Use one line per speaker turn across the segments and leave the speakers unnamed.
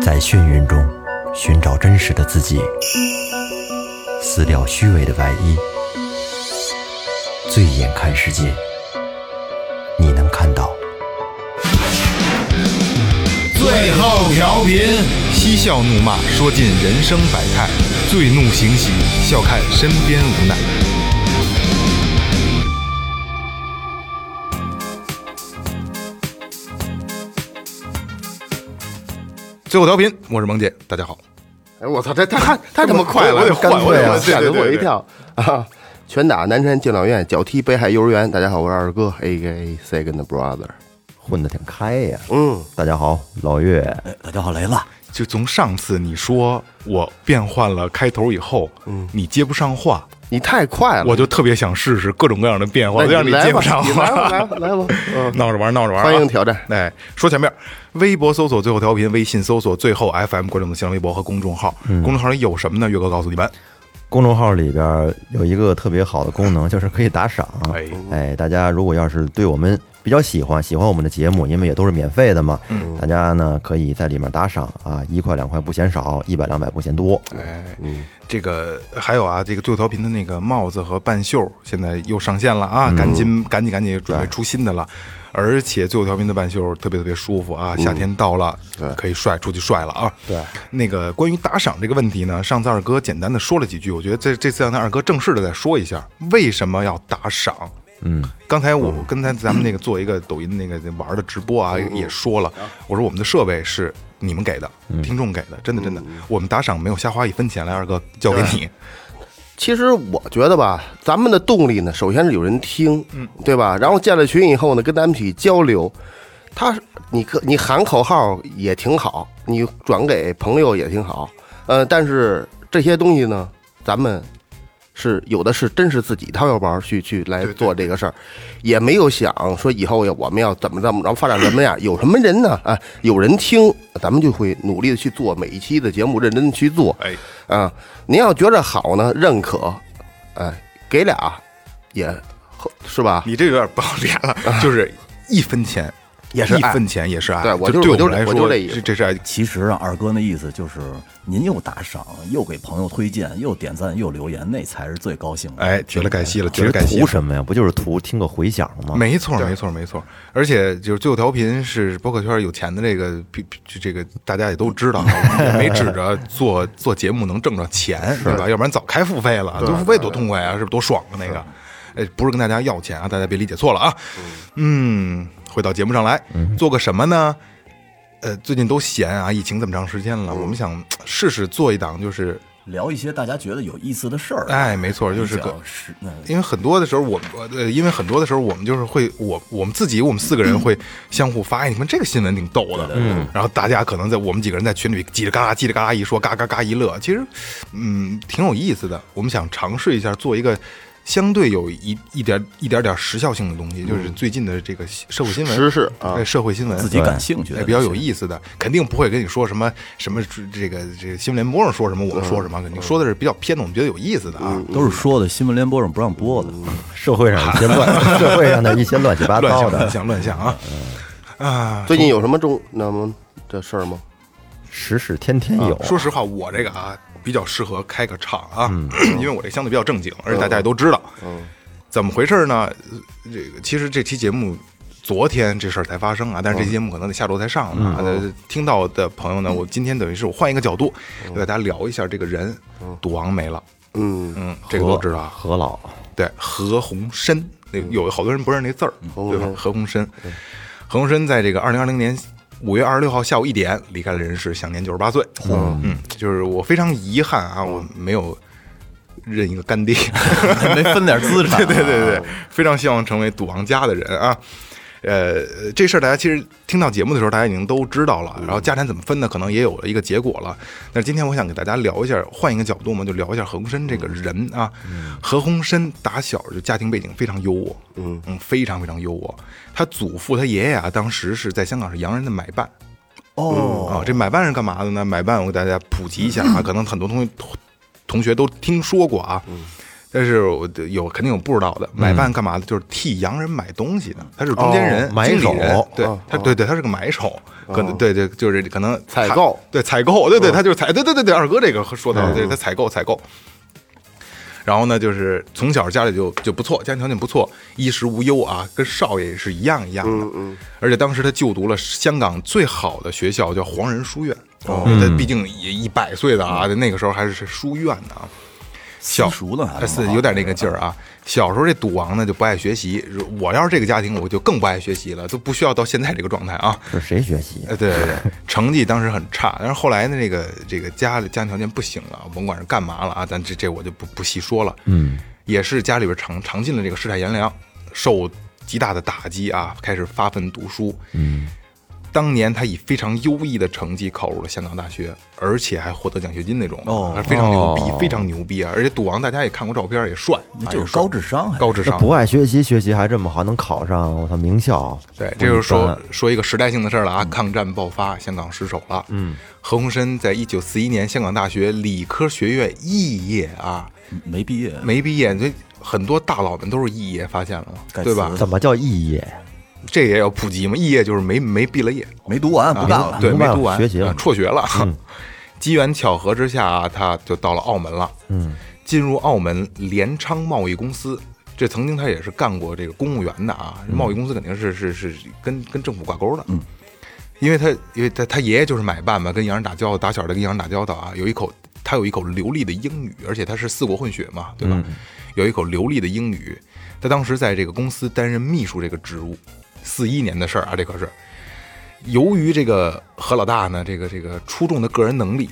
在眩晕中寻找真实的自己，撕掉虚伪的外衣，醉眼看世界，你能看到。
最后调频，
嬉笑怒骂，说尽人生百态；醉怒行喜，笑看身边无奈。最后调频，我是萌姐，大家好。
哎，我操，这太太太他妈快了，
我得
干
换
脆
我得
啊
换
吓
对对
了
对
我一
对
跳啊！拳打南山敬老院，脚踢北海幼儿园。大家好，我是二哥，A K A Second Brother。
混得挺开呀。
嗯，
大家好，老岳，
呃大家好，雷子，
就从上次你说我变换了开头以后，嗯，你接不上话，
你太快了，
我就特别想试试各种各样的变化，
那
就哎让你
来
接
吧
不上，
你来吧，
话。
来吧，来吧，嗯，
闹着玩儿，闹着玩儿啊，
欢迎挑战
哎，说前面，微博搜索最后调频，微信搜索最后 FM，关注我们的新浪微博和公众号。
嗯
公众号里有什么呢？岳哥告诉你们。
公众号里边有一个特别好的功能，就是可以打赏。
嗯
哎
哎，大家如果要是对我们比较喜欢，喜欢我们的节目，因为也都是免费的嘛，
嗯
大家呢可以在里面打赏啊，一块两块不嫌少，一百两百不嫌多。
哎，这个还有啊，这个最后调频的那个帽子和半袖现在又上线了
嗯
啊，赶紧赶紧赶紧准备出新的了。而且最后调频的半袖特别特别舒服啊，
嗯
夏天到了，可以帅出去帅了啊。对，那个关于打赏这个问题呢，上次二哥简单的说了几句，我觉得这这次让他二哥正式的再说一下，为什么要打赏？嗯，刚才我刚才咱们那个做一个抖音那个玩的直播啊，也说了，我说我们的设备是你们给的，听众给的，真的真的，我们打赏没有瞎花一分钱，来二哥交给你，
其实我觉得吧，咱们的动力呢，首先是有人听，嗯，对吧？然后建了群以后呢，跟咱们一起交流。他是，你可你喊口号也挺好，你转给朋友也挺好，呃，但是这些东西呢，咱们是有的是真是自己掏腰包去去来做这个事儿，也没有想说以后呀我们要怎么怎么着发展怎么样，有什么人呢？啊，有人听，咱们就会努力的去做每一期的节目，认真的去做。
哎，
啊，您要觉着好呢，认可，哎，给俩也是吧？
你这有点不要脸了， 就是一分钱
也是
一
爱
分钱也是爱，
对我
就
就
对
我就
们来
我就
说
这意思
这这是爱，
其实啊，二哥那意思就是，您又打赏，又给朋友推荐，又点赞，又留言，那才是最高兴的。
哎，觉得感谢了，
其
觉
实
得感谢
图。什么呀？不就是图听个回响吗？
没错，没错，没错。而且就是最后调频是播客圈有钱的这个，这这个大家也都知道啊，我们也没指着做做节目能挣着钱，对吧？要不然早开付费了，多付费多痛快啊，是不是多爽啊？那个，哎，不是跟大家要钱啊，大家别理解错了啊。嗯，回到节目上来，做个什么呢？呃，最近都闲啊，疫情这么长时间了，我们想试试做一档，就是
聊一些大家觉得有意思的事儿。啊
哎，没错，就是个
个是那
因为很多的时候我，我呃，因为很多的时候，我们就是会，我我们自己，我们四个人会相互发，哎，你们这个新闻挺逗的，嗯，然后大家可能在我们几个人在群里叽里嘎啦、叽里嘎啦一说，嘎嘎嘎一乐，其实，嗯，挺有意思的。我们想尝试一下做一个相对有一一点一点点时效性的东西，就是最近的这个社会新闻、
嗯时事啊
对社会新闻，
自己感兴趣的
哎比较有意思的，肯定不会跟你说什么什么这个这个新闻联播上说什么，我们说什
嗯
么，肯定说的是比较偏的，我们觉得有意思的啊。
都是说的新闻联播上不让 播的，
社会上一些乱，社会上的一些乱七八
乱
糟
象
的嗯
乱象乱象啊！啊，
最近有什么重那么这事儿吗？
时事，天天有。
嗯说实话，我这个啊比较适合开个场啊，
嗯
因为我这相对比较正经，而且大家也都知道，怎么回事呢？呃这个其实这期节目。昨天这事儿才发生啊，但
嗯
是这期节目可能得下周才上嘛。呃听到的朋友呢，我今天等于是我换一个角度，
嗯
给大家聊一下这个人，赌王没了。
嗯，
嗯，这个都知道啊。
何老，
对，何鸿燊，那有好多人不认识那字儿，对吧？嗯何鸿燊，何鸿燊在这个二零二零年五月二十六号下午一点离开了人世，享年九十八岁。嗯，就是我非常遗憾啊，我没有认一个干爹。
没分点 资 产。
对对对，非常希望成为赌王家的人啊。呃，这事儿大家其实听到节目的时候，大家已经都知道了。然后家产怎么分呢？可能也有了一个结果了。但是今天我想给大家聊一下，换一个角度嘛，就聊一下何鸿燊这个人啊。何鸿燊打小就家庭背景非常优渥，嗯非常非常优渥。他祖父他爷爷啊，当时是在香港是洋人的买办，
哦，
啊，这买办是干嘛的呢？
嗯
买办我给大家普及一下啊，可能很多同学同同学都听说过啊。但是我的有肯定有不知道的，
嗯
买办干嘛的？就是替洋人买东西的，他是中间人，
哦买
经理
手
人，对
哦，
他对对，他是个买手，可能对对，就是可能
嗯采
他
购，嗯
对采购，对对，他就是采，对对对对，二哥这个说到，对他采购采购。然后呢，就是从小家里就就不错，家庭条件不错，衣食无忧啊，跟少爷是一样一样
嗯
的。而且当时他就读了香港最好的学校，叫黄仁书院。哦，
嗯
他毕竟也一百岁的啊，那个时候还是书院呢啊。小
私塾呢还
哎
是
是有点那个劲儿啊。小时候这赌王呢就不爱学习，如我要是这个家庭，我就更不爱学习了，都不需要到现在这个状态啊。
这是谁学习？
呃，对对对，成绩当时很差，但是后来呢，这个这个家里家庭条件不行了，甭管是干嘛了啊，咱这这我就不不细说了。嗯，也是家里边尝尝尽了这个世态炎凉，受极大的打击啊，开始发奋读书。嗯，当年他以非常优异的成绩考入了香港大学，而且还获得奖学金那种，
哦
还是非常牛逼，非常牛逼啊！而且赌王大家也看过照片，也帅，
那
啊
这
也
是
帅
高智商还是
高智 商
不。爱学习，学习还这么好，能考上我操名校。
对，
不
这就是
一
说
般
说一个时代性的事儿了啊！抗战爆发，香港失守了。嗯，何鸿燊在一九四一年香港大学理科学院肄业啊，
没毕业，
没毕业，所以很多大佬们都是肄业，发现了吗？
该
对吧
死？
怎么叫肄业？
这也要普及嘛？肄业就是没没毕了业，
没读完不干了。
对，
明
啊没
白了
读完，
学习了
啊辍学了。 机缘巧合之下啊，他就到了澳门了。嗯，进入澳门联昌贸易公司。这曾经他也是干过这个公务员的啊，贸易公司肯定是是是跟跟政府挂钩的。嗯，因为他因为他他爷爷就是买办嘛，跟洋人打交道，打小就跟洋人打交道啊，有一口他有一口流利的英语，而且他是四国混血嘛，对吧？有一口流利的英语，他当时在这个公司担任秘书这个职务，四一年的事儿啊，这可是。由于这个何老大呢，这个这个出众的个人能力，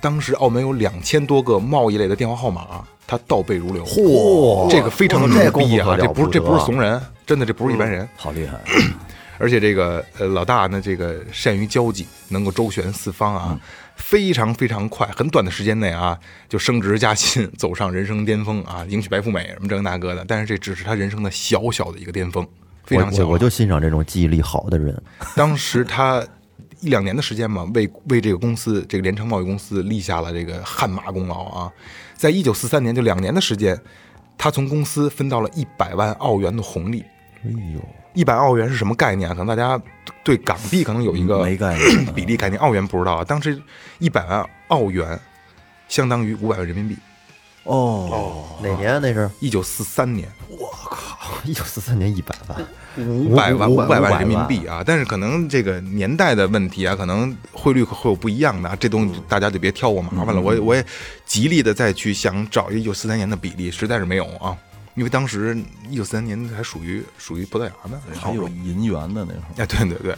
当时澳门有两千多个贸易类的电话号码，啊他倒背如流。
嚯
这个非常
哇
牛
这功
逼
夫
啊！
可
这
了
不是
不
这
得
不是
啊
怂人，真的这不是一般人。
好厉害，啊
而且这个呃老大呢，这个善于交际，能够周旋四方
嗯
啊，非常非常快，很短的时间内啊就升职加薪，走上人生巅峰啊，迎娶白富美什么这个那个的。但是这只是他人生的小小的一个巅峰，非常
我
小啊、
我我就欣赏这种记忆力好的人。
当时他一两年的时间嘛，为为这个公司，这个联昌贸易公司立下了这个汗马功劳啊。在一九四三年，就两年的时间，他从公司分到了一百万澳元的红利。
哎呦，
一百澳元是什么概念啊？可能大家对港币可能有
嗯
一个
没 概念
比例概念，澳元不知道啊。当时一百万澳元相当于五百万人民币，
哦，
哪年那是？
一九四三年。
一九四三年一百万，
五百万
五
五
百
百
五百
万人民币啊！但是可能这个年代的问题啊，可能汇率会有不一样的啊，这东西大家就别挑我麻烦了。我也我也极力的再去想找一九四三年的比例，实在是没有啊，因为当时一九四三年还属于属于葡萄牙呢，
还有银元的那会 儿，
哎，对对对，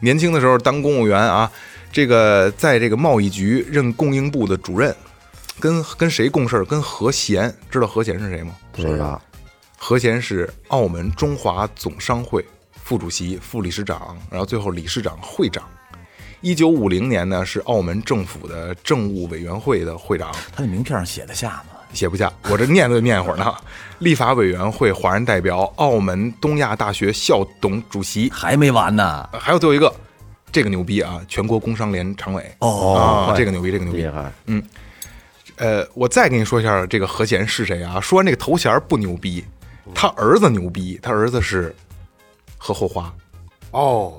年轻的时候当公务员啊，这个在这个贸易局任供应部的主任，跟跟谁共事儿？跟何贤，知道何贤是谁吗？
不知道。
何贤是澳门中华总商会副主席、副理事长，然后最后理事长、会长。一九五零年呢，是澳门政府的政务委员会的会长，
他那名片上写得下吗？
写不下，我这念都念一会儿呢。立法委员会华人代表，澳门东亚大学校董主席，
还没完呢。
还有最后一个，这个牛逼啊！全国工商联常委
哦
啊，这个牛逼，这个牛逼
厉。害！
呃，我再跟你说一下这个何贤是谁啊？说完这个头衔儿不牛逼，他儿子牛逼，他儿子是何厚华，
哦，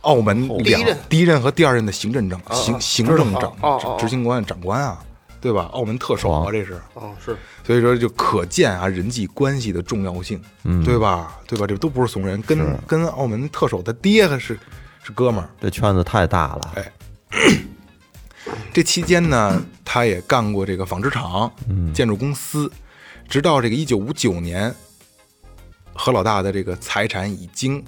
澳门
第一
两
任
第一任和第二任的行政长行行政
知道哦哦
长
哦
执行官长官啊，对吧？澳门特首啊，这是。
哦是，
所以说就可见啊人际关系的重要性，对吧？对吧？这都不嗯是怂人，跟跟澳门特首他爹还是是哥们儿。
这圈子太大了，
哎这期间呢，他也干过这个纺织厂、建筑公司，直到这个一九五九年，何老大的这个财产已经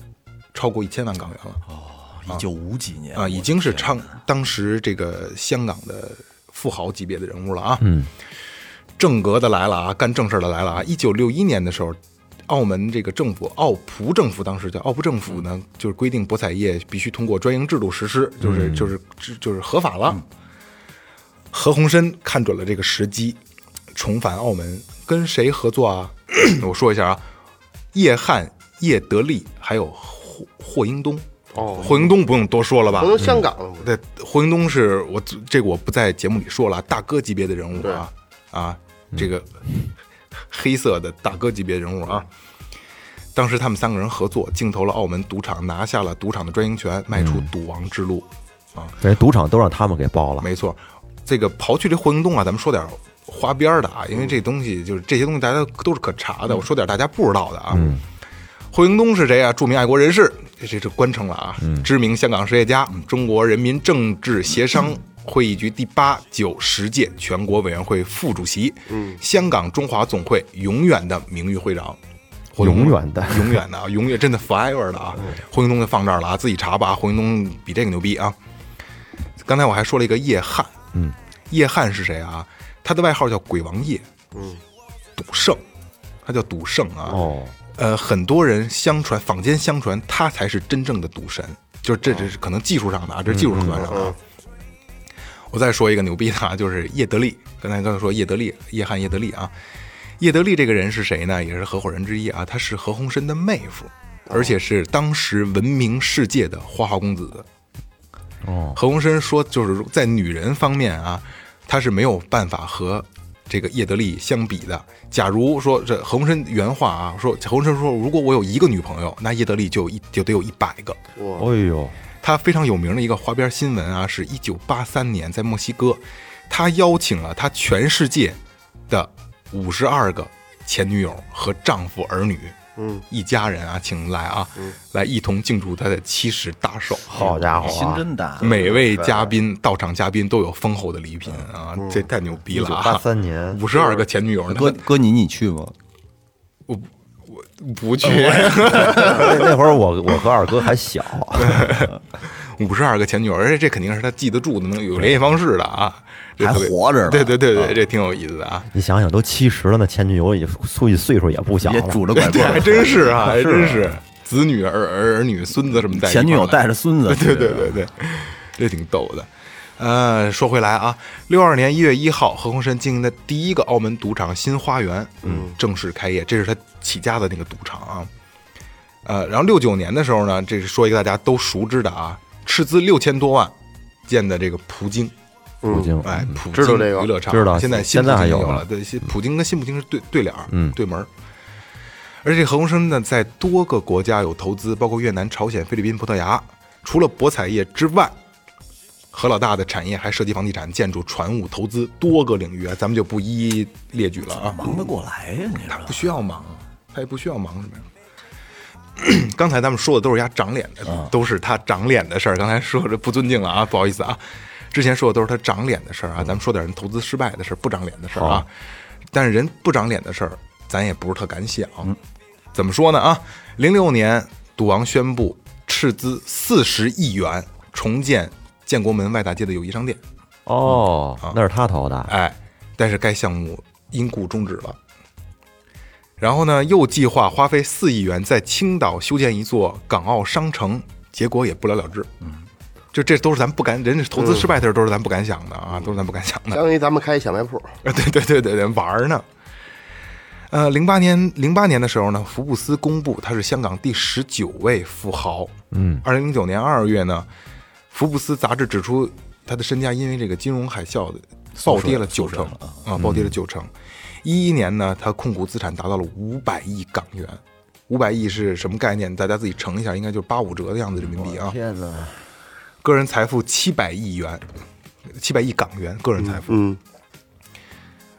超过一千万港元了
一九五几年
啊，已经是唱当时这个香港的富豪级别的人物了啊。
嗯，
正格的来了啊，干正事儿的来了啊。一九六一年的时候。澳门这个政府，澳葡政府当时叫澳葡政府呢，就是规定博彩业必须通过专营制度实施，就是就是就是合法了。何鸿燊看准了这个时机，重返澳门，跟谁合作啊？我说一下啊，叶汉、叶德利还有霍霍英东。
哦
霍英东不用多说了吧
可？能香港的不是
对，霍英东是我这个我不在节目里说了，大哥级别的人物啊啊，这个黑色的大哥级别人物啊。当时他们三个人合作，竞投了澳门赌场，拿下了赌场的专营权，迈出赌王之路。
人家赌场都让他们给包了，
没错，这个刨去这霍英东啊，咱们说点花边儿的啊，因为这东西就是这些东西大家都是可查的。我说点大家不知道的啊。霍英东是谁啊？著名爱国人士，
嗯
这这这官称了啊，知名香港实业家，嗯中国人民政治协商。会议局第八九十届全国委员会副主席，嗯，香港中华总会永远的名誉会长，霍英东
永远的 嗯
永远的啊，永远真的 forever 的啊。霍英东就放这儿了啊，自己查吧。霍英东比这个牛逼啊。刚才我还说了一个叶汉，嗯，叶汉是谁啊？他的外号叫鬼王叶，嗯，赌圣，他叫赌圣啊。
哦，
呃，很多人相传，坊间相传他才是真正的赌神，就是这这是可能技术上的啊，这是技术手段上的啊。我再说一个牛逼的啊，就是叶德利，刚才刚才说叶德利，叶汉叶德利啊。叶德利这个人是谁呢？也是合伙人之一啊，他是何鸿燊的妹夫，而且是当时闻名世界的花花公子。
哦，
何鸿燊说，就是在女人方面啊，他是没有办法和这个叶德利相比的。假如说这何鸿燊原话啊，说何鸿燊说，如果我有一个女朋友，那叶德利就有一就得有一百个。
哎呦，
他非常有名的一个花边新闻啊，是一九八三年在墨西哥，他邀请了他全世界的五十二个前女友和丈夫儿女，嗯，一家人啊，请来啊，来一同庆祝他的七十大寿。
好家伙
心
啊，
真大。
每位嘉宾到场嘉宾都有丰厚的礼品啊，
嗯
这太牛逼
一
了
九八
啊！
三年，
五十二个前女友，
哥
那
哥你你去吗？
不 去，
那 那会儿我我和二哥还小，
五十二个前女友，而且这肯定是他记得住的，能有联系方式的啊，这
嗯还
特别
活着呢嗯
对对对对，这挺有意思的啊，
你想想都七十了，那前女友也估计岁数也不小
也
了，
拄着拐
对， 还
棍。
真是啊，还真是子女儿儿儿女孙子什么带一块儿来，
前女友带着孙子，
对对对对，这挺逗的。呃，说回来啊，六二年一月一号，何鸿燊经营的第一个澳门赌场新花园，嗯，正式开业，这是他起家的那个赌场啊。呃，然后六九年的时候呢，这是说一个大家都熟知的啊，斥资六千多万建的这个葡京，
嗯
不京，
哎，普
知道
京
这个
娱乐场，
嗯知道
现在新
现在还
普京
有
有
呢
了，对，新普京跟新普京是对对脸儿，
嗯
对门儿。而且何鸿燊呢，在多个国家有投资，包括越南、朝鲜、菲律宾、葡萄牙。除了博彩业之外，何老大的产业还涉及房地产、建筑、船务、投资多个领域啊，咱们就不一一列举了啊。
忙得过来呀、你
他
说
不需要忙，他也不需要忙什么呀。 刚才咱们说的都是他长脸的，都是他长脸的事儿。刚才说的不尊敬了啊，不好意思啊。之前说的都是他长脸的事儿啊，咱们说点人投资失败的事儿，不长脸的事儿啊。但是人不长脸的事儿，咱也不是特敢想。怎么说呢啊？零六年，赌王宣布斥资四十亿元重建建国门外大街的友谊商店。
哦，那是他投的，
哎，但是该项目因故终止了。然后呢，又计划花费四亿元在青岛修建一座港澳商城，结果也不了了之。嗯，就这都是咱不敢，人家投资失败的事儿都是咱不敢想的啊，都是咱不敢想的。
相当于咱们开一小卖铺，
啊，对对对对对，玩儿呢。呃，零八年零八年的时候呢，福布斯公布他是香港第十九位富豪。嗯，二零零九年二月呢，福布斯杂志指出他的身家因为这个金融海啸的暴跌了九成啊，暴跌了九成。一一年呢，他控股资产达到了五百亿港元，五百亿是什么概念？大家自己乘一下，应该就是八五折的样子人民币啊。
天哪，
个人财富七百亿元，七百亿港元个人财富。
嗯，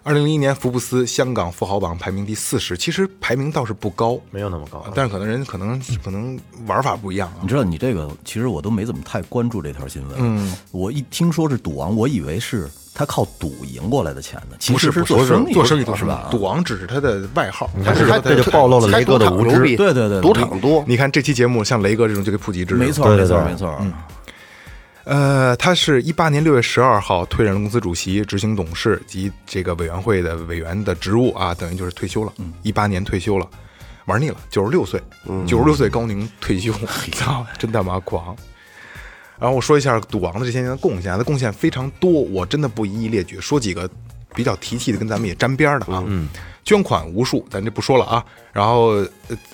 二零零一年福布斯香港富豪榜排名第四十，其实排名倒是不高，啊
没有那么高，
但是可能人可能可能玩法不一样啊
你。知道你这个，其实我都没怎么太关注这条新闻。嗯，我一听说是赌王，我以为是他靠赌赢过来的钱呢，其
不
实
不
做生意，
做生意
是吧？
赌王只是他的外号，
但是
他
这就暴露了雷哥的无知，
对对对对
赌场多，
你看这期节目像雷哥这种就给普及知识，
没错，
对
没
对
错，
对
没错。
嗯呃，他是一八年六月十二号退任了公司主席、执行董事及这个委员会的委员的职务啊，等于就是退休了。一八年退休了，玩腻了，九十六岁，九十六岁高龄退休，操，真他妈狂！然后我说一下赌王的这些年的贡献，他贡献非常多，我真的不一一列举，说几个比较提气的，跟咱们也沾边儿的啊。嗯，捐款无数，咱就不说了啊。然后，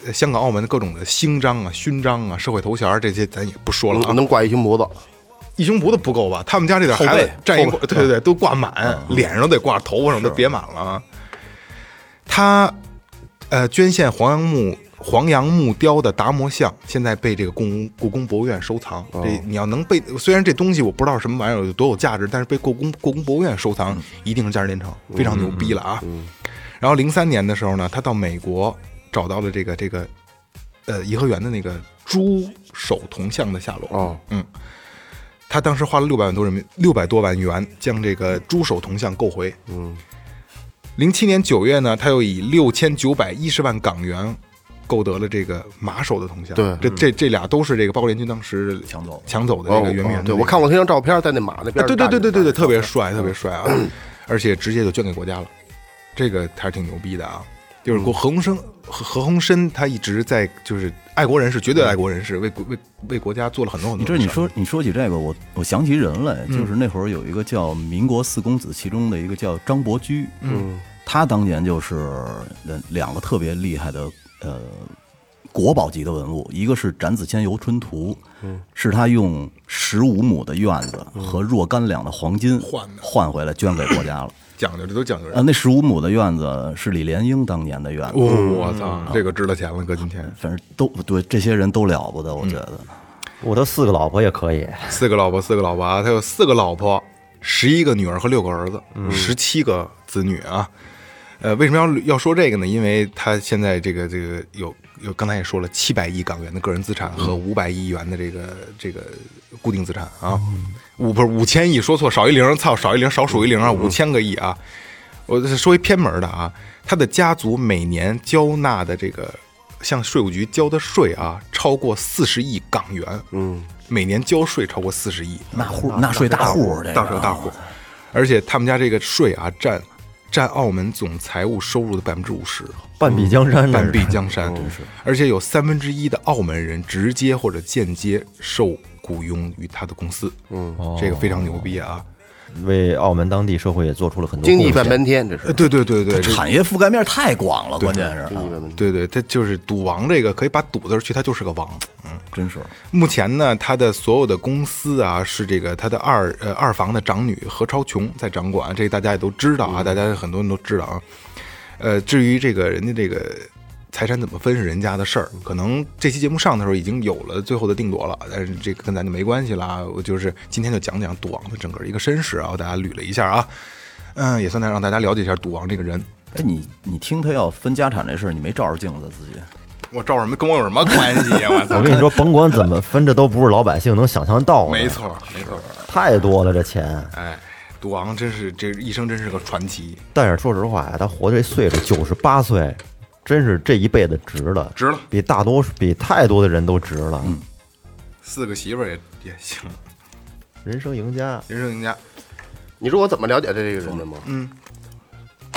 呃，香港、澳门各种的勋章啊、勋章啊、社会头衔儿这些，咱也不说了啊。
能挂一胸脖子，
一胸脯子不够吧？他们家这点孩
后
子
背嗯
占一块，对对对，都挂满，脸上都得挂，头发上都别满了啊。他呃捐献黄杨木黄杨木雕的达摩像，现在被这个故故宫博物院收藏。
哦
这你要能被，虽然这东西我不知道什么玩意儿有多有价值，但是被故宫故宫博物院收
嗯
藏，一定是价值连城，非常牛逼了啊！然后零三年的时候呢，他到美国找到了这个这个呃颐和园的那个猪首铜像的下落。
哦，
他当时花了六百万多人民六百多万元将这个猪首铜像购回。嗯，零七年九月呢，他又以六千九百一十万港元购得了这个马首的铜像。
对嗯
这这这俩都是这个八国联军当时
抢走
抢走的
哦
这个圆明园的这个。
对我看过那张照片，在那马那边
啊
儿
对
站
对
着。嗯
对对对对，特别帅，特别帅啊！ 而且直接就捐给国家了，这个还是挺牛逼的啊！就是
嗯
何鸿燊，何何鸿燊他一直在就是爱国人士，绝对爱国人士，为国为为国家做了很多很多。
你知道你说你说起这个，我我想起人来，
嗯
就是那会儿有一个叫民国四公子，其中的一个叫张伯驹，嗯，他当年就是呃两个特别厉害的呃国宝级的文物，一个是《展子谦游春图》，嗯，是他用十五亩的院子
嗯
和若干两的黄金
换的
换回来捐给国家了。
讲究，这都讲究人
呃，。那十五亩的院子是李莲英当年的院子，
哦我操，这个值了钱了，哥，今天
反正都对这些人都了不得，
嗯
我觉得。
我的四个老婆也可以，
四个老婆，四个老婆啊，他有四个老婆，十一个女儿和六个儿子，十七个子女啊。呃，为什么要要说这个呢？因为他现在这个这个有有，刚才也说了，七百亿港元的个人资产和五百亿元的这个这个固定资产啊，五不是五千亿，说错少一零，操，少一零，少数一零啊，五千个亿啊。我说一偏门的啊，他的家族每年交纳的这个向税务局交的税啊，超过四十亿港元，嗯，每年交税超过四十亿，
纳户纳税大户，这个啊
大手大户，而且他们家这个税啊，占占澳门总财务收入的百分之五十，
半壁江山这
半
是
壁江山，而且有三分之一的澳门人直接或者间接受雇佣于他的公司，嗯，这个非常牛逼啊！
为澳门当地社会也做出了很多
经济
贡
半
献
边天，这是
呃，对对对对，这
产业覆盖面太广了，关键是啊
经济半边天。
对对，他就是赌王这个，可以把赌字儿去，他就是个王。
真是
目前呢，他的所有的公司啊，是这个他的二呃二房的长女何超琼在掌管，这个大家也都知道啊，大家很多人都知道啊。呃，至于这个人家这个财产怎么分是人家的事儿，可能这期节目上的时候已经有了最后的定夺了，但是这个跟咱就没关系了啊。我就是今天就讲讲赌王的整个一个身世啊，我大家捋了一下啊，嗯，也算让大家了解一下赌王这个人。
哎，你你听他要分家产这事儿，你没照着镜子自己，
我照什么跟我有什么关系呀、我操
我！跟你说，甭管怎么分，这都不是老百姓能想象到的。
没，错，没错。
太多了这钱。
哎，赌王真是这一生真是个传奇，
但是说实话呀，他活这岁数九十八岁，真是这一辈子值了，
值了
比大多数比太多的人都值了。
四个媳妇儿也也行，
人生赢家，
人生赢家。
你说我怎么了解这这个人的吗？嗯，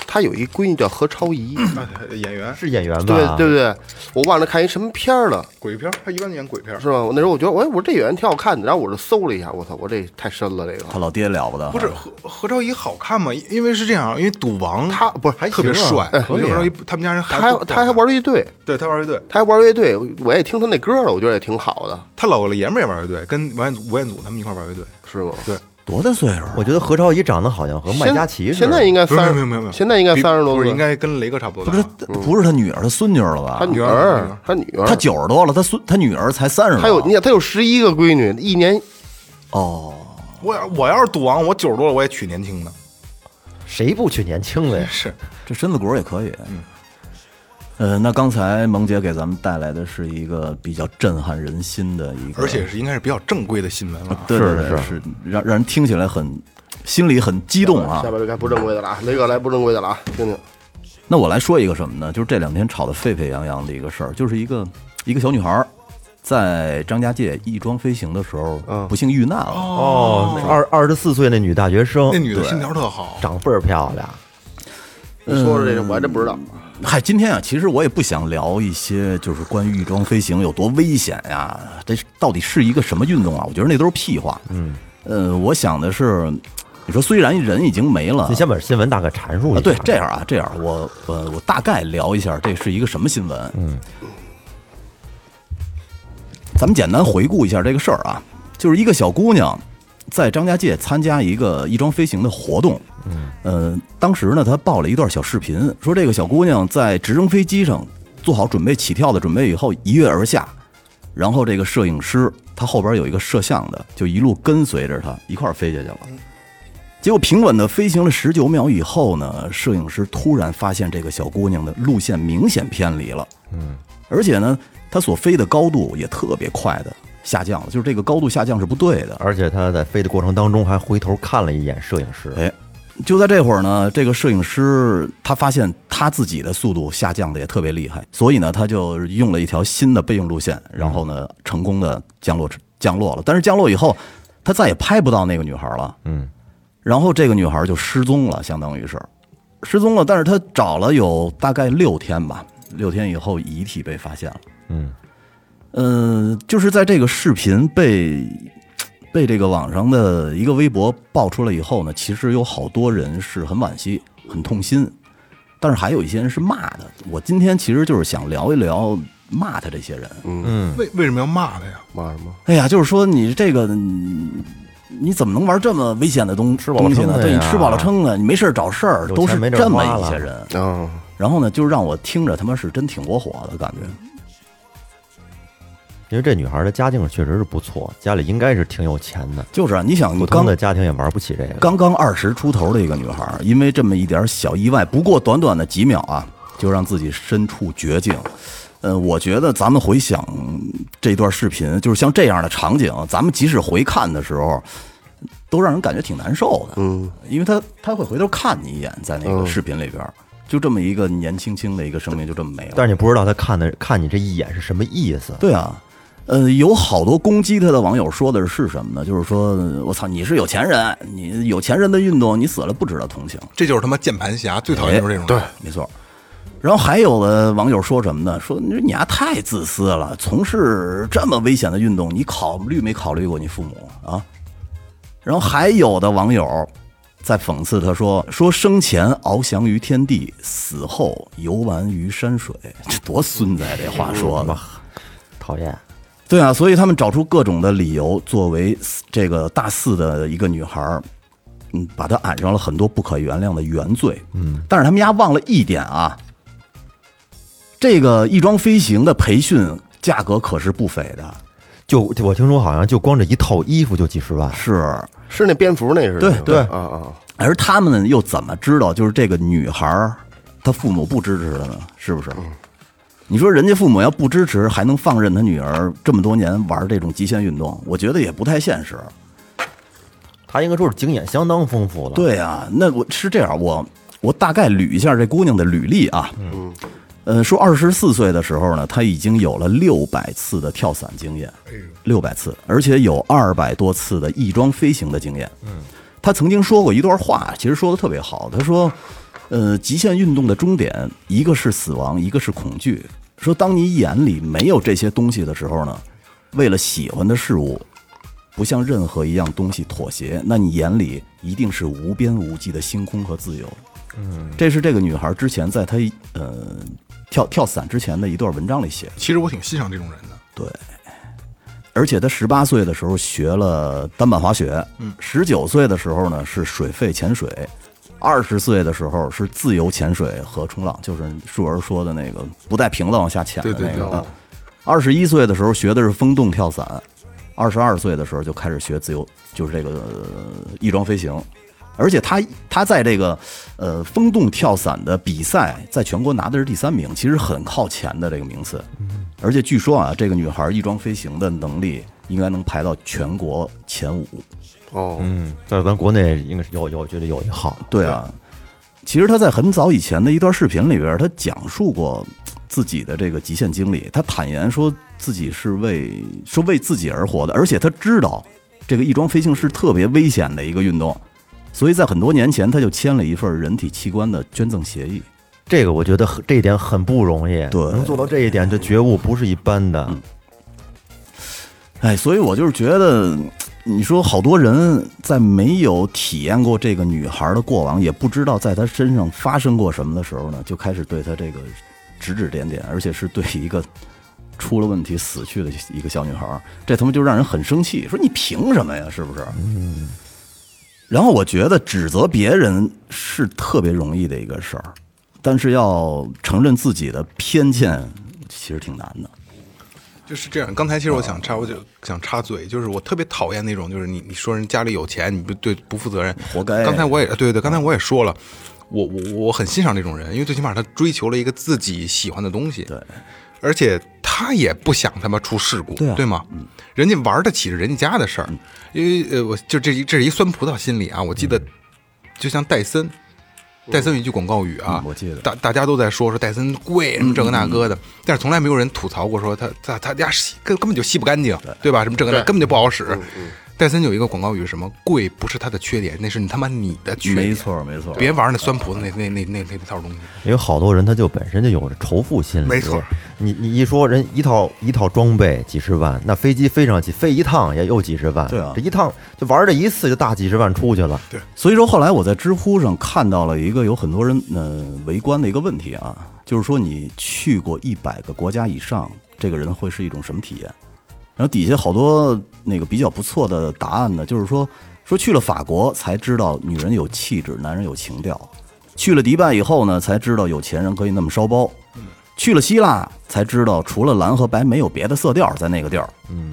他有一闺女叫何超仪，
啊 演员
是演员吧？
对对不对？我忘了看一什么片儿了，
鬼片儿，他一般演鬼片儿
是吧？我那时候我觉得，哎，我说这演员挺好看的，然后我就搜了一下，我操，我这太深了，这个
他老爹了不得，
不是何何超仪好看吗？因因为是这样，因为赌王
他不是还
特别
行啊
帅，
哎
因为何超仪他们家人
他
还
还他还玩乐队，
对他玩乐队，
他还玩乐队，我也听他那歌了，我觉得也挺好的，
他老爷们儿也玩乐队，跟王彦祖、吴彦祖他们一块儿玩乐队。
是吗？
对，
多大岁数啊？
我觉得何超仪长得好像和麦嘉琪似的。
现在应该三，
没有没有没有，
现在应该
比
三十多
不
岁，
是应该跟雷哥差不多
不
大
是
吧。
不是他女儿，他孙女儿了吧
嗯他？女
儿
儿，他女儿，
他九十多了，他孙他女儿才三十。
他有你想他有十一个闺女，一年
哦，
我要我要是赌王，我九十多了我也娶年轻的。
谁不娶年轻的呀？
是，
这身子骨也可以。嗯呃，那刚才萌姐给咱们带来的是一个比较震撼人心的一个，
而且是应该是比较正规的新闻了啊。
对对对是让让人听起来很心里很激动啊
下。边就该不正规的了啊，雷哥来不正规的了啊，听听，
那我来说一个什么呢？就是这两天吵得沸沸扬扬的一个事儿，就是一个一个小女孩儿在张家界翼装飞行的时候不幸遇难了。
嗯哦，二二十四岁那女大学生
那，女的心条特好，
长倍儿漂亮。
你说说这个，我还真不知道，
嗨，今天啊，其实我也不想聊一些就是关于翼装飞行有多危险呀，这是到底是一个什么运动啊？我觉得那都是屁话。嗯，呃，我想的是，你说虽然人已经没了，
你先把新闻大概阐述一下。
啊，对，这样啊，这样，我呃，我大概聊一下这是一个什么新闻。嗯，咱们简单回顾一下这个事儿啊，就是一个小姑娘在张家界参加一个翼装飞行的活动，呃，当时呢，他报了一段小视频，说这个小姑娘在直升飞机上做好准备起跳的准备以后，一跃而下，然后这个摄影师他后边有一个摄像的，就一路跟随着她一块儿飞下去了。结果平稳的飞行了十九秒以后呢，摄影师突然发现这个小姑娘的路线明显偏离了，嗯，而且呢，她所飞的高度也特别快的下降了，就是这个高度下降是不对的，
而且他在飞的过程当中还回头看了一眼摄影师，
哎，就在这会儿呢，这个摄影师他发现他自己的速度下降的也特别厉害，所以呢，他就用了一条新的备用路线，然后呢，成功的降落降落了。但是降落以后，他再也拍不到那个女孩了。嗯，然后这个女孩就失踪了，相当于是失踪了。但是他找了有大概六天吧，六天以后遗体被发现了。嗯，呃，就是在这个视频被被这个网上的一个微博爆出来以后呢，其实有好多人是很惋惜、很痛心，但是还有一些人是骂的。我今天其实就是想聊一聊骂他这些人。
为为什么要骂他呀？
骂什么？
哎呀，就是说你这个，你你怎么能玩这么危险的东吃
饱了撑的
呢？对
呀
你吃饱了撑的，你没事儿找事儿，
有
都
钱
是
没地儿
这么
花
一
了
些人。
嗯，
然后呢，就让我听着他妈是真挺窝火的感觉。
因为这女孩的家境确实是不错，家里应该是挺有钱的，
就是啊，你想，你
普
刚
通的家庭也玩不起这个。
刚刚二十出头的一个女孩，因为这么一点小意外，不过短短的几秒啊，就让自己身处绝境。呃，我觉得咱们回想这段视频，就是像这样的场景，咱们即使回看的时候，都让人感觉挺难受的。嗯，因为他他会回头看你一眼，在那个视频里边，就这么一个年轻轻的一个生命就这么没了。
但是你不知道他看的看你这一眼是什么意思，
对啊，呃，有好多攻击他的网友说的是什么呢？就是说我操，你是有钱人，你有钱人的运动，你死了不值得同情。
这就是他妈键盘侠，最讨厌就是这种人。
没错。然后还有的网友说什么呢？说你说你丫太自私了，从事这么危险的运动，你考虑没考虑过你父母啊？然后还有的网友在讽刺他说：“说生前翱翔于天地，死后游玩于山水，这多孙子呀！这话说的。”
讨厌。
对啊，所以他们找出各种的理由，作为这个大四的一个女孩儿，嗯，把她按上了很多不可原谅的原罪。嗯，但是他们家忘了一点啊，这个翼装飞行的培训价格可是不菲的，
就我听说好像就光这一套衣服就几十万，
是。
是那蝙蝠那是？
对对
啊啊，
而他们又怎么知道就是这个女孩儿她父母不支持她呢？是不是？你说人家父母要不支持，还能放任她女儿这么多年玩这种极限运动？我觉得也不太现实。
他应该说是经验相当丰富了。，
对啊，那我是这样，我我大概捋一下这姑娘的履历啊。嗯。呃，说二十四岁的时候呢，她已经有了六百次的跳伞经验，六百次，而且有二百多次的翼装飞行的经验。嗯，她曾经说过一段话，其实说的特别好。她说，呃，极限运动的终点，一个是死亡，一个是恐惧。说当你眼里没有这些东西的时候呢，为了喜欢的事物，不向任何一样东西妥协，那你眼里一定是无边无际的星空和自由。嗯，这是这个女孩之前在她呃跳跳伞之前的一段文章里写的。
其实我挺欣赏这种人的。
而且她十八岁的时候学了单板滑雪，嗯，十九岁的时候呢是水肺潜水，二十岁的时候是自由潜水和冲浪，就是树儿说的那个不带瓶子往下潜的
对对
那
对
个。啊二十一岁的时候学的是风洞跳伞，二十二岁的时候就开始学自由，就是这个呃翼装飞行。而且她她在这个呃风洞跳伞的比赛，在全国拿的是第三名，其实很靠前的这个名次。而且据说啊，这个女孩翼装飞行的能力应该能排到全国前五。
哦，
嗯，在咱国内应该是有有，我觉得有一号。
对啊，其实她在很早以前的一段视频里边，她讲述过自己的这个极限经历。她坦言说自己是为说为自己而活的，而且她知道这个翼装飞行是特别危险的一个运动，所以在很多年前，她就签了一份人体器官的捐赠协议。
这个我觉得很这一点很不容易，
对嗯
能做到这一点，这觉悟不是一般的。
哎，所以我就是觉得，你说好多人在没有体验过这个女孩的过往，也不知道在她身上发生过什么的时候呢，就开始对她这个指指点点，而且是对一个出了问题死去的一个小女孩儿，这他妈就让人很生气，说你凭什么呀？是不是？然后我觉得指责别人是特别容易的一个事儿，但是要承认自己的偏见，其实挺难的。
就是这样。刚才其实我
啊
想插，我就想插嘴，就是我特别讨厌那种，就是你你说人家里有钱，你不对不负责任，
活该
刚才我也对对对，刚才我也说了，我我我很欣赏这种人，因为最起码他追求了一个自己喜欢的东西，对，而且他也不想他妈出事故，对,、
啊嗯
吗？人家玩得起是人家的事儿，因为呃，我就这一这是一酸葡萄心理啊，我记
嗯
得就像戴森。戴森有一句广告语啊，
嗯我记得
大大家都在说说戴森贵什么这个那个的，但是从来没有人吐槽过说他他他家洗根根本就吸不干净，对嗯吧？什么这个那个根本就不好使。戴森有一个广告语，什么贵不是他的缺点，那是你他妈你的缺点。
没，错，没错。
别玩那酸葡萄那那那那那套东西。
因为好多人他就本身就有着仇富心理。
没错，
你你一说人一套一套装备几十万，那飞机飞上去飞一趟也有几十万，
对啊
这一趟就玩这一次就大几十万出去了。
所以说后来我在知乎上看到了一个有很多人呃围观的一个问题啊，就是说你去过一百个国家以上，这个人会是一种什么体验？然后底下好多那个比较不错的答案呢，就是说说去了法国才知道女人有气质，男人有情调；去了迪拜以后呢，才知道有钱人可以那么烧包；去了希腊才知道除了蓝和白没有别的色调在那个地儿。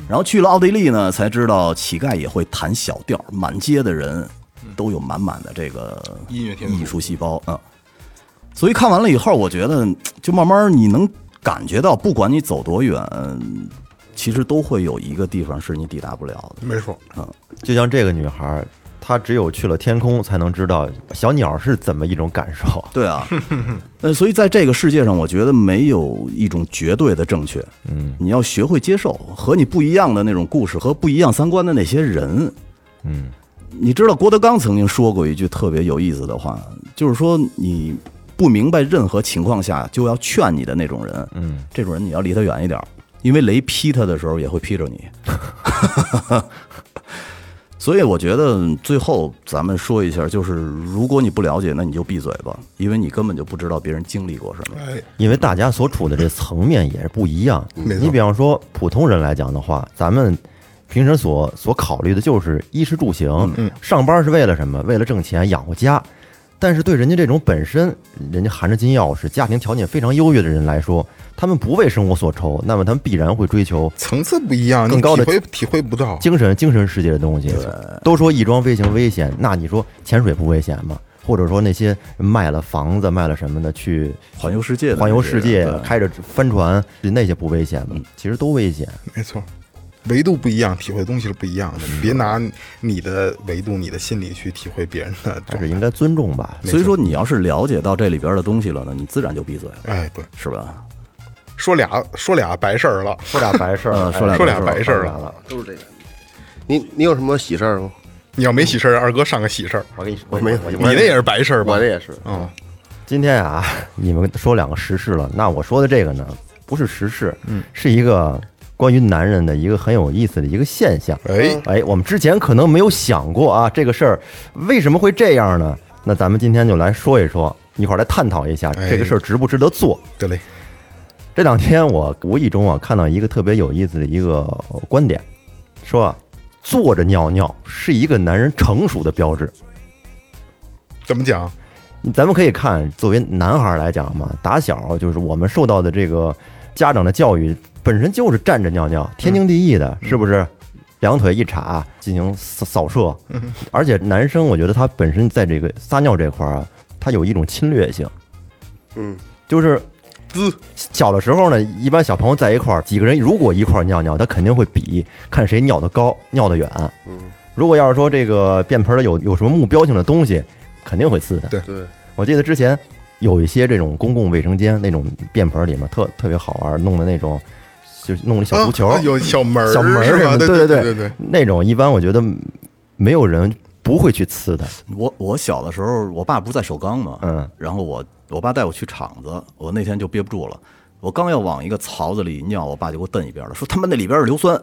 然后去了奥地利呢，才知道乞丐也会弹小调，满街的人都有满满的这个
音乐天赋
艺术细胞啊、嗯所以看完了以后，我觉得就慢慢你能感觉到，不管你走多远，其实都会有一个地方是你抵达不了的。
没错，
就像这个女孩儿，她只有去了天空才能知道小鸟是怎么一种感受。
对啊， 呃，所以在这个世界上，我觉得没有一种绝对的正确。嗯，你要学会接受和你不一样的那种故事和不一样三观的那些人。
嗯，
你知道郭德纲曾经说过一句特别有意思的话，就是说你不明白任何情况下就要劝你的那种人，嗯，这种人你要离他远一点儿，因为雷劈他的时候也会劈着你。所以我觉得最后咱们说一下，就是如果你不了解，那你就闭嘴吧，因为你根本就不知道别人经历过什么。
哎，
因为大家所处的这层面也是不一样。
没错
你比方说普通人来讲的话，咱们平时所所考虑的就是衣食住行，上班是为了什么？为了挣钱养活家。但是对人家这种本身人家含着金钥匙、家庭条件非常优越的人来说，他们不为生活所愁，那么他们必然会追求
层次不一样，
更
你
高
体
的
会体会不到。
精神精神世界的东西。都说翼装飞行危险，那你说潜水不危险吗？或者说那些卖了房子、卖了什么的去
环游世界的那些人，
环游世界
对，
开着帆船，那些不危险吗？其实都危险。
没错，维度不一样，体会的东西是不一样的。
嗯
别拿你的维度、你的心理去体会别人的
还
状
是
态。
应该尊重吧。
所以说你要是了解到这里边的东西了呢，你自然就闭嘴了，
哎，对，
是吧？
说俩说俩白事儿了，
说俩白事
嗯
儿，
说俩
说俩白事儿
了。
了。
都是这个。你你有什么喜事儿吗？
你要没喜事儿，二哥上个喜事儿。
我跟你说，
我没有，
我
我
就
你那也是白事儿吧？
我这也是，
嗯，
今天啊，你们说两个时事了，那我说的这个呢，不是时事，嗯，是一个关于男人的一个很有意思的一个现象。
哎，
哎，我们之前可能没有想过啊，这个事儿为什么会这样呢？那咱们今天就来说一说，一块儿来探讨一下
哎
这个事儿值不值得做。
对嘞，
这两天我无意中啊看到一个特别有意思的一个观点，说啊，坐着尿尿是一个男人成熟的标志。
怎么讲？
咱们可以看，作为男孩来讲嘛，打小就是我们受到的这个家长的教育，本身就是站着尿尿，天经地义的，是不是？两腿一叉进行扫扫射，而且男生我觉得他本身在这个撒尿这块儿啊，他有一种侵略性，
嗯，
就是小的时候呢，一般小朋友在一块儿，几个人如果一块儿尿尿，他肯定会比看谁尿得高、尿得远。嗯，如果要是说这个便盆儿有有什么目标性的东西，肯定会呲的。
对
对，
我记得之前有一些这种公共卫生间那种便盆儿里面特特别好玩，弄的那种就是弄的小足球，
啊有小门儿，
小门儿
是
什
吧？
么
对
的，
对
对
对，
那种一般我觉得没有人不会去呲的。
我我小的时候，我爸不在首钢嘛，
嗯，
然后我我爸带我去厂子，我那天就憋不住了，我刚要往一个槽子里尿，我爸就给我瞪一边了，说他们那里边是硫酸，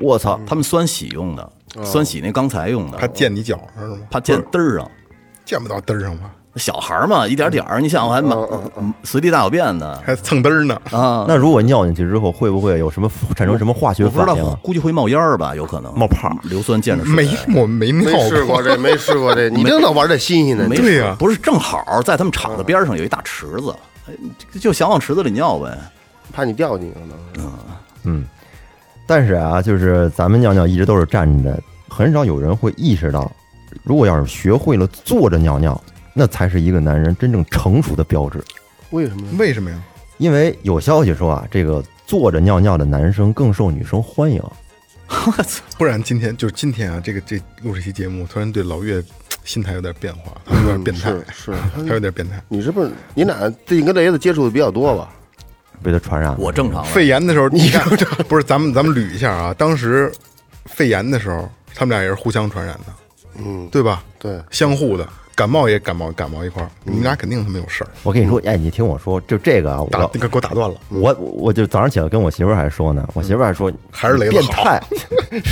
我操！
他们酸洗用
哦
的，酸洗那钢材用的，
还溅你脚上是吗？
怕溅嘚儿上，
溅不到嘚儿上吧？
小孩儿嘛，一点点儿，你想我还满
嗯
随地大小便呢
还蹭嘚儿呢，
啊，
那如果尿进去之后，会不会有什么产生什么化学
我不
反
知道
应啊？，
估计会冒烟儿吧，有可能
冒泡儿
硫酸溅着水
没我没
没
尿
试过这，没试 过这，你真能玩这新鲜的，
没
这
对
事
呀
不是正好在他们厂子边上有一大池子，哎就就想往池子里尿呗。
怕你掉进去可能。
嗯，但是啊，就是咱们尿尿一直都是站着，很少有人会意识到，如果要是学会了坐着尿尿，那才是一个男人真正成熟的标志。
为什么呢？
为什么呀？
因为有消息说啊，这个坐着尿尿的男生更受女生欢迎。
不然今天就是今天啊，这个这录这期节目，突然对老岳心态有点变化，他有
嗯
点变态，
嗯是
他
是，
有点变态。
你是不是你俩最近跟雷子接触的比较多吧？
被他传染了。
我正常了，
肺炎的时候，你看，不是咱们咱们捋一下啊，当时肺炎的时候，他们俩也是互相传染的，
嗯，
对吧？
对，
相互的，感冒也感冒感冒一块儿，你们俩肯定他妈有事儿。
我跟你说，哎，你听我说，就这个啊，我
打，你给我打断了，
我我就早上起来跟我媳妇儿还说呢，我媳妇儿还说
嗯还是雷子
变
好
态，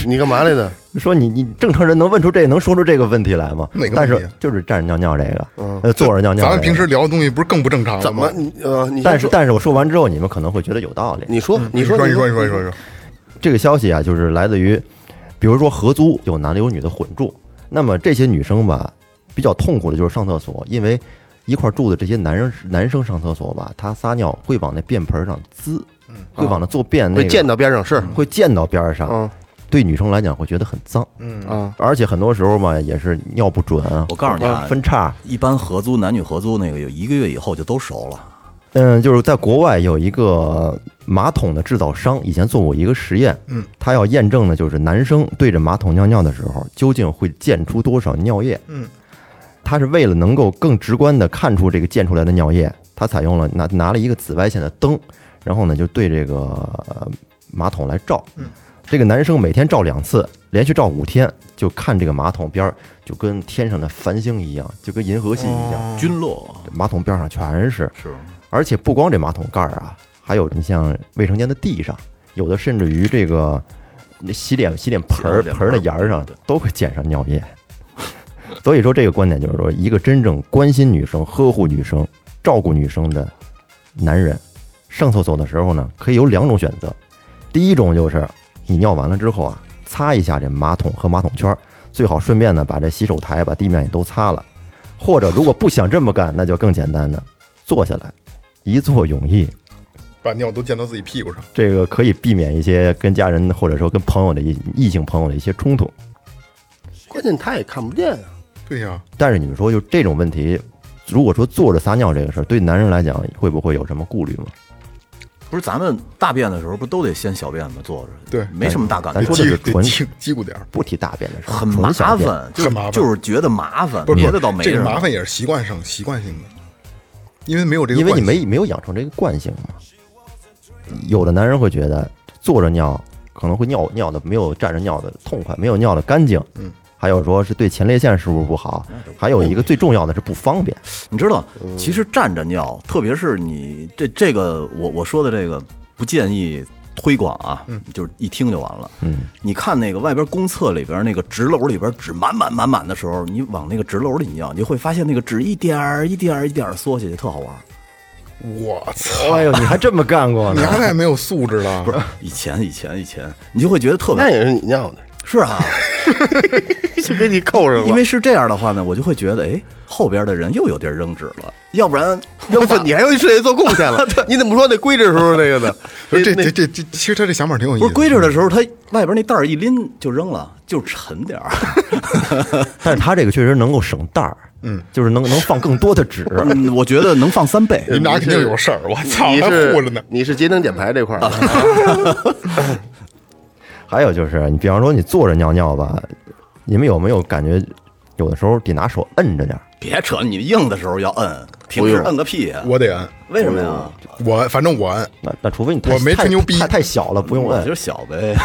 你干嘛来的？
说你你正常人能问出这能说出这个问题来吗
哪个问？题啊嗯
但是就是站着尿尿这个，呃，坐着尿尿这个。
咱们平时聊的东西不是更不正常了
怎
吗
么？你呃？你先
但是
说
但是我说完之后，你们可能会觉得有道理。
你说
你
你说
嗯你说你说你说你说，
这个消息啊，就是来自于，比如说合租有男的有女的混住，那么这些女生吧，比较痛苦的就是上厕所，因为一块住的这些男生男生上厕所吧，他撒尿会往那便盆上滋，
嗯
会往那坐便那
被
个
溅到边上是
会溅到边儿上，
嗯
对女生来讲会觉得很脏，
啊
而且很多时候嘛也是尿不准啊
我，告诉你啊，
分叉。
一般合租男女合租那个有一个月以后就都熟了，
嗯，就是在国外有一个马桶的制造商以前做过一个实验，
嗯，
他要验证的就是男生对着马桶尿尿的时候究竟会溅出多少尿液，
嗯，
他是为了能够更直观的看出这个溅出来的尿液，他采用了拿拿了一个紫外线的灯，然后呢就对这个呃马桶来照，
嗯，
这个男生每天照两次，连续照五天，就看这个马桶边儿就跟天上的繁星一样，就跟银河系一
哦
样，
菌落
马桶边上全是。
是
而且不光这马桶盖儿啊，还有你像卫生间的地上，有的甚至于这个那洗脸洗脸盆儿
洗脸
盆
盆儿
儿的沿儿上
对
都会溅上尿液。 所以说，这个观点就是说，一个真正关心女生、呵护女生、照顾女生的男人，上厕所的时候呢，可以有两种选择。第一种就是你尿完了之后啊，擦一下这马桶和马桶圈儿，最好顺便呢把这洗手台、把地面也都擦了。或者如果不想这么干，那就更简单的坐下来，一坐永逸，
把尿都溅到自己屁股上，
这个可以避免一些跟家人或者说跟朋友的一异性朋友的一些冲突。
关键他也看不见啊。
对呀，
但是你们说，就这种问题，如果说坐着撒尿这个事儿，对男人来讲会不会有什么顾虑吗？
不是咱们大便的时候不都得先小便吗？坐着
对
没什么大感
咱说
觉
的。
击
是
得
纯
击击鼓点儿，
不提大便的事儿，
很
纯
麻
小便
烦，就是
很麻烦
就是觉得麻烦，
不是
别
不
的
是
倒没
这
什
个
么
麻烦也是习惯上习惯性的，因为没有这个
因为
惯
你
性，
没没有养成这个惯性嘛。有的男人会觉得坐着尿可能会尿尿的没有站着尿的痛快，没有尿的干净。
嗯，
还有说是对前列腺是不是不好？还有一个最重要的是不方便。
你知道，
嗯
其实站着尿，特别是你这这个我我说的这个不建议推广啊，
嗯
就是一听就完了。嗯，你看那个外边公厕里边那个纸篓里边纸满满满满的时候，你往那个纸篓里尿，你就会发现那个纸一点儿一点儿一点儿缩下去，特好玩。
我操，
哎呦，你还这么干过
你还太没有素质了，
不是以前以前以前，你就会觉得特别
那也是你尿的，
是啊，
就给你扣上了。
因为是这样的话呢，我就会觉得哎，后边的人又有地儿扔纸了，要不然
要不你还为世界做贡 献了？你怎么说那规制时候那个呢？
不是这
那
这这这，其实他这想法
哎
挺有意
不
思的，
是归置的时候，它外边那袋儿一拎就扔了，就沉点儿。
但是他这个确实能够省袋儿，嗯，就是能能放更多的 纸。
嗯，我觉得能放三倍。
你们俩肯定有事儿，我操，
你
还
是
护着呢。啊
你是节能减排这块儿的，
还有就是，你比方说你坐着尿尿吧，你们有没有感觉有的时候得拿手摁着点儿？
别扯，你硬的时候要摁，停止摁个屁呀！
我得按，
为什么呀？
我反正我按，
那那除非你太
我没
太
吹牛逼
太太小了不用
我
摁
就。是小呗。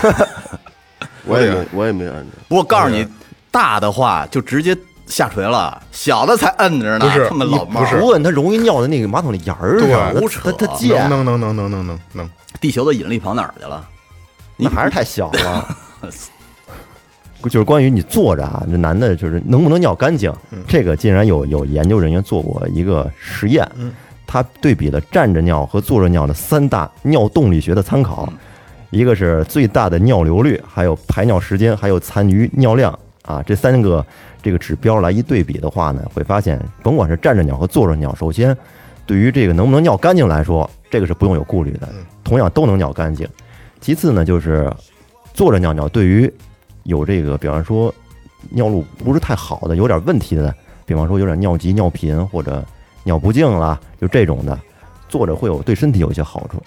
我也没我也没按着。
不过告诉你，大的话就直接下垂了，小的才摁着呢
不。是
他妈老猫
不是
不摁它容易尿在那个马桶的沿儿
对
上，
胡
它
扯
它它溅
能。能能能能能能能，
地球的引力跑哪儿去了？
那还是太小了。 就是关于你坐着啊，这男的就是能不能尿干净，这个竟然有有研究人员做过一个实验，他对比了站着尿和坐着尿的三大尿动力学的参考，一个是最大的尿流率，还有排尿时间，还有残余尿量啊，这三个这个指标来一对比的话呢，会发现甭管是站着尿和坐着尿，首先对于这个能不能尿干净来说，这个是不用有顾虑的，同样都能尿干净。其次呢，就是坐着尿尿，对于有这个，比方说尿路不是太好的，有点问题的，比方说有点尿急、尿频或者尿不尽啦，就这种的，坐着会有对身体有一些好处。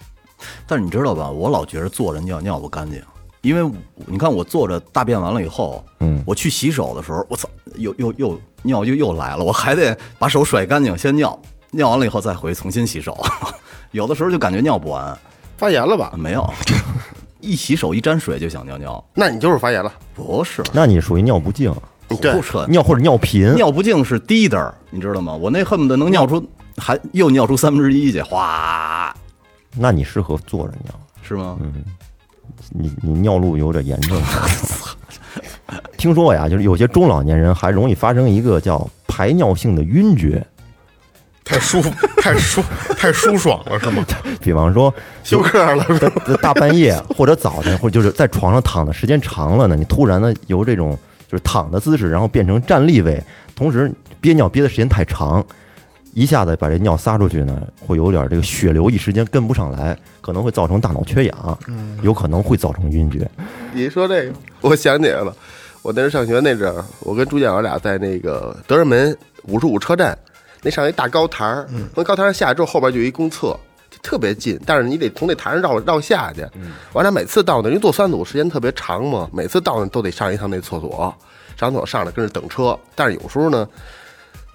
但是你知道吧，我老觉着坐着尿尿不干净，因为我你看我坐着大便完了以后，
嗯
我去洗手的时候，我操，又又又尿又又来了，我还得把手甩干净，先尿，尿完了以后再回重新洗手， 有的时候就感觉尿不完，啊
发炎了吧？
没 有，一洗手一沾水就想尿尿，
那你就是发炎了。
不是，
那你属于尿不尽，
对
不扯，
尿或者尿频，
呃尿不净是滴的儿，你知道吗？我那恨不得能尿出还又尿出三分之一去，哗，
那你适合坐着尿。
是吗？
嗯你你尿路有点炎症。听说呀，就是有些中老年人还容易发生一个叫排尿性的晕厥，
太舒服，太舒，太舒爽了，是吗？
比方说
休克了，
在在大半夜或者早晨，或者就是在床上躺的时间长了呢，你突然呢由这种就是躺的姿势，然后变成站立位，同时憋尿憋的时间太长，一下子把这尿撒出去呢，会有点这个血流一时间跟不上来，可能会造成大脑缺氧，
嗯
有可能会造成晕厥。
你说这个，我想起来了，我那时候上学那阵儿，我跟朱建我俩在那个德胜门五十五车站那上一大高台儿，从高台上下来之后，后边就有一公厕，就特别近，但是你得从那台上绕绕下去。完了，每次到那，因为坐三组时间特别长嘛，每次到那都得上一趟那厕所，上完厕所上来跟着等车，但是有时候呢。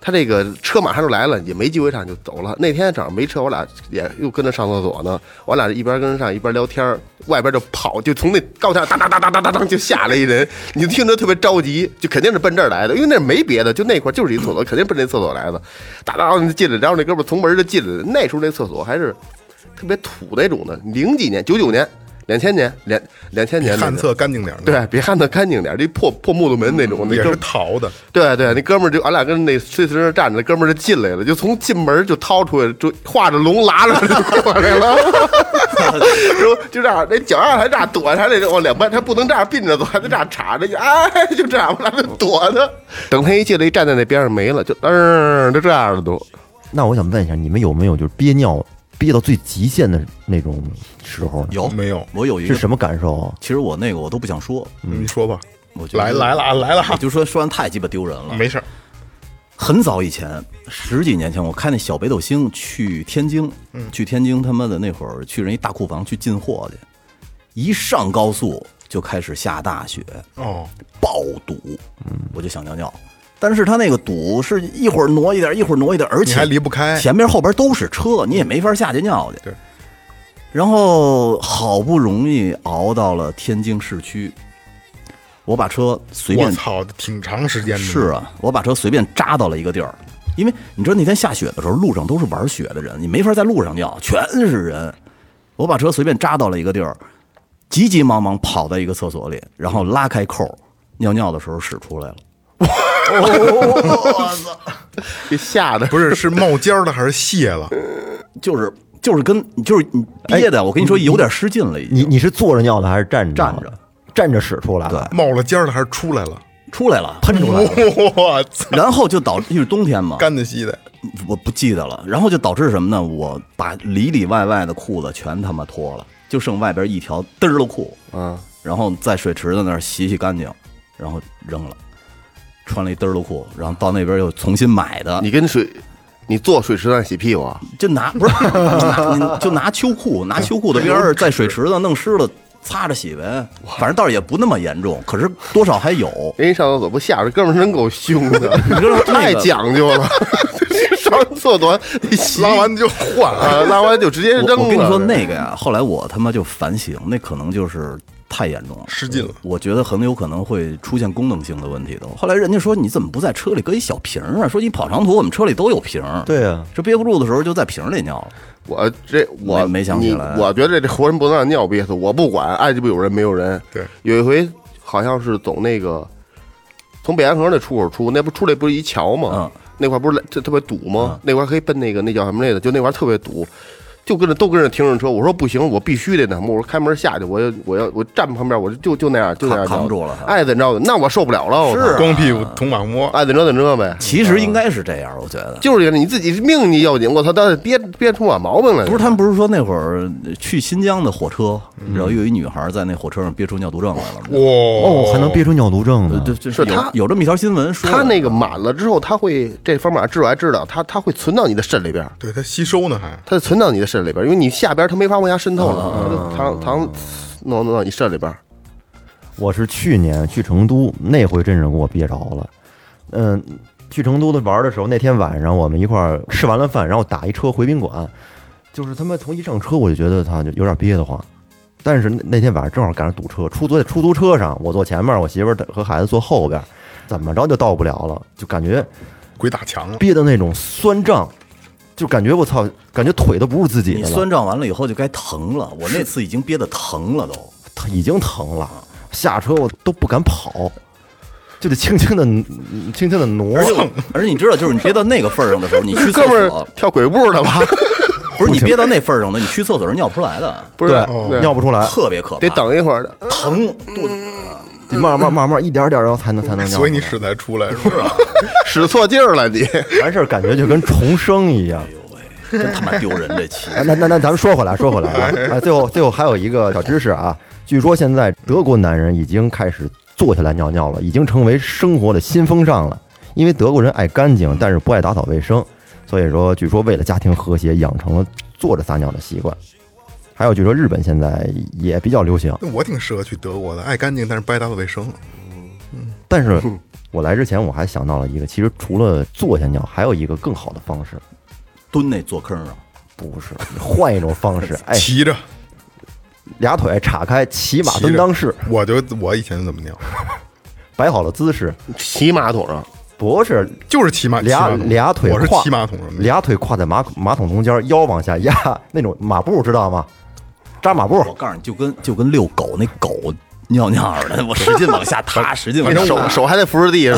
他这个车马上就来了，也没机会上就走了。那天正好没车，我俩也又跟着上厕所呢。我俩一边跟着上一边聊天儿，外边就跑，就从那高台上当当当当当当当就下来一人，你就听着特别着急，就肯定是奔这儿来的，因为那儿没别的，就那块儿就是一厕所，肯定奔那厕所来的。哒哒当进来，然后那哥们儿从门儿就进来了。那时候那厕所还是特别土那种的，零几年、九九年、两千年、两两千年那
旱
个
厕干净点儿呢，
对，比汉特干净点儿，这破破木头门那种，那
也
哥们
是
儿
淘的，
对对，那哥们儿就俺俩跟那崔石那站着，那哥们儿就进来了，就从进门就掏出来，就画着龙拉着 就过来了，然后就这样，那脚丫还这样躲着，还得往两边，他不能这样并着走，还得这样插着，哎，就这样，我俩就躲他。等他一进来，一站在那边上没了，就嗯、就这样了都。
那我想问一下，你们有没有就是憋尿憋到最极限的那种时候呢？
有
没有？
我有一
是
个，
什么感受啊？
其实我那个我都不想说，
你说吧，
我觉得
来来了啊，来了啊
我，就说说完太鸡巴丢人了。
没事儿，
很早以前，十几年前，我开那小北斗星去天津，
嗯
去天津他妈的那会儿去人一大库房去进货去，一上高速就开始下大雪，
哦，
爆堵，
嗯
我就想尿尿。但是他那个堵是一会儿挪一点，一会儿挪一点，而
你
且
还离不开，
前面后边都是车，你也没法下去尿去。
对。
然后好不容易熬到了天津市区，我把车随
我
便
操，挺长时间的，
是啊，我把车随便扎到了一个地儿，因为你知道那天下雪的时候，路上都是玩雪的人，你没法在路上尿，全是人。我把车随便扎到了一个地儿，急急忙忙跑到一个厕所里，然后拉开扣，尿尿的时候屎出来了。
给吓得
不是是冒尖儿的还是泄了？
就是就是跟就是你憋的，我跟你说有点失禁了，已经
你你是坐着尿的还是站着？
站着，
站着屎出来了。
冒了尖儿的还是出来了？
出来了，喷出 来了。
我操，
然后就导致就是冬天嘛，
干的稀的，
我不记得了。然后就导致什么呢？我把里里外外的裤子全他妈脱了，就剩外边一条嘚儿了裤。
啊，
然后在水池子那儿洗洗干净，然后扔了，穿了一嘚儿噜裤，然后到那边又重新买的，
你跟水，你坐水池上洗屁股啊？。
就拿 不是拿就拿秋裤，拿秋裤的边儿在水池子弄湿了，擦着洗呗，反正倒是也不那么严重，可是多少还有
人一上厕所不吓着，哥们儿真够凶 的，太讲究 了。上完厕所你洗
拉完就换 了。
啊，拉完就直接扔了。
我我跟你说那个呀，后来我他妈就反省，那可能就是太严重了，
失禁了
我觉得很有可能会出现功能性的问题的。后来人家说你怎么不在车里搁一小瓶儿啊？说你跑长途，我们车里都有瓶儿。
对啊，
这憋不住的时候就在瓶儿里尿了。
我这我
没没想起
你
来
我觉得这活人不能让尿憋死，我不管，爱鸡巴有人没有人。
对，
有一回好像是走那个从北戴河那出口出，那不出来不是一桥吗？
嗯
那块不是来特特别堵吗？那块可以奔那个那叫什么来着？就那块特别堵，就跟着都跟着停着车。我说不行，我必须得那什么，我说开门下去，我要我要我站旁边，我就就就那样就那样
扛扛
聊
住了啊
爱怎着怎，那我受不了了，我操
光屁股捅马摸，
爱怎着怎着呗。
其实应该是这样，我觉得。
就是你自己命你要紧，我操，但是憋憋出马毛病来了。
不是他们不是说那会儿去新疆的火车，
嗯
然后又有一女孩在那火车上憋出尿毒症来了吗？
哇
哦，还能憋出尿毒症呢？
对，就是
嗯是
有
他
有这么一条新闻说
它那个满了之后，它会这方法治我还知道，它它会存到你的肾里边儿，
对它吸收呢还，
它存到你的肾里边儿，因为你下边儿它没法往下渗透了，它就糖糖弄弄到你肾里边儿。
我是去年去成都那回真是给我憋着了，嗯，去成都的玩的时候，那天晚上我们一块儿吃完了饭，然后打一车回宾馆，就是他妈从一上车我就觉得他就有点憋得慌，但是那那天晚上正好赶上堵车，出租在出租车上，我坐前面，我媳妇儿和孩子坐后边，怎么着就到不了了，就感觉
鬼打墙了，
憋的那种酸胀，就感觉我操，感觉腿都不是自己
你
的了，
酸胀完了以后就该疼了，我那次已经憋得疼了都。
他已经疼了，下车我都不敢跑，就得轻轻的、轻轻的挪
而。且我，而且你知道，就是你憋到那个份儿上的时候，你去厕
哥们儿
所
跳鬼步的吧？
不是你憋到那份儿上的，你去厕所是尿不出来的，
不是，哦
对，尿不出来，
特别可怕，
得等一会儿的。
疼肚子
得慢慢慢慢一点点，然后才能才能尿。
所以你屎才出来 是吧？
嗯
使错劲儿了你。
完事儿感觉就跟重生一样。
真他妈丢人这 期。
哎那那那咱们说回来，说回来 啊，哎最后最后还有一个小知识啊，据说现在德国男人已经开始坐下来尿尿了，已经成为生活的新风尚了。因为德国人爱干净，但是不爱打扫卫生，所以说据说为了家庭和谐，养成了坐着撒尿的习惯。还有据说日本现在也比较流行，
那我挺适合去德国的，爱干净但是不爱打扫卫生。
但是我来之前我还想到了一个，其实除了坐下尿，还有一个更好的方式，
蹲那坐坑上，
不是换一种方式，哎，
骑着
俩腿岔开，骑马
骑
蹲
着
裆式，
我就我以前怎么尿，
摆好了姿势，
骑马桶上，
不是
就是骑马，骑马
俩
桶
俩腿
我是
跨
骑马桶上的，
俩腿跨在马马桶中间，腰往下压，那种马步知道吗？扎马步
我，告诉你，就跟就跟遛狗那狗尿尿似的，我使劲往下 踏，使劲往下
手
踏。
手还得扶着地上。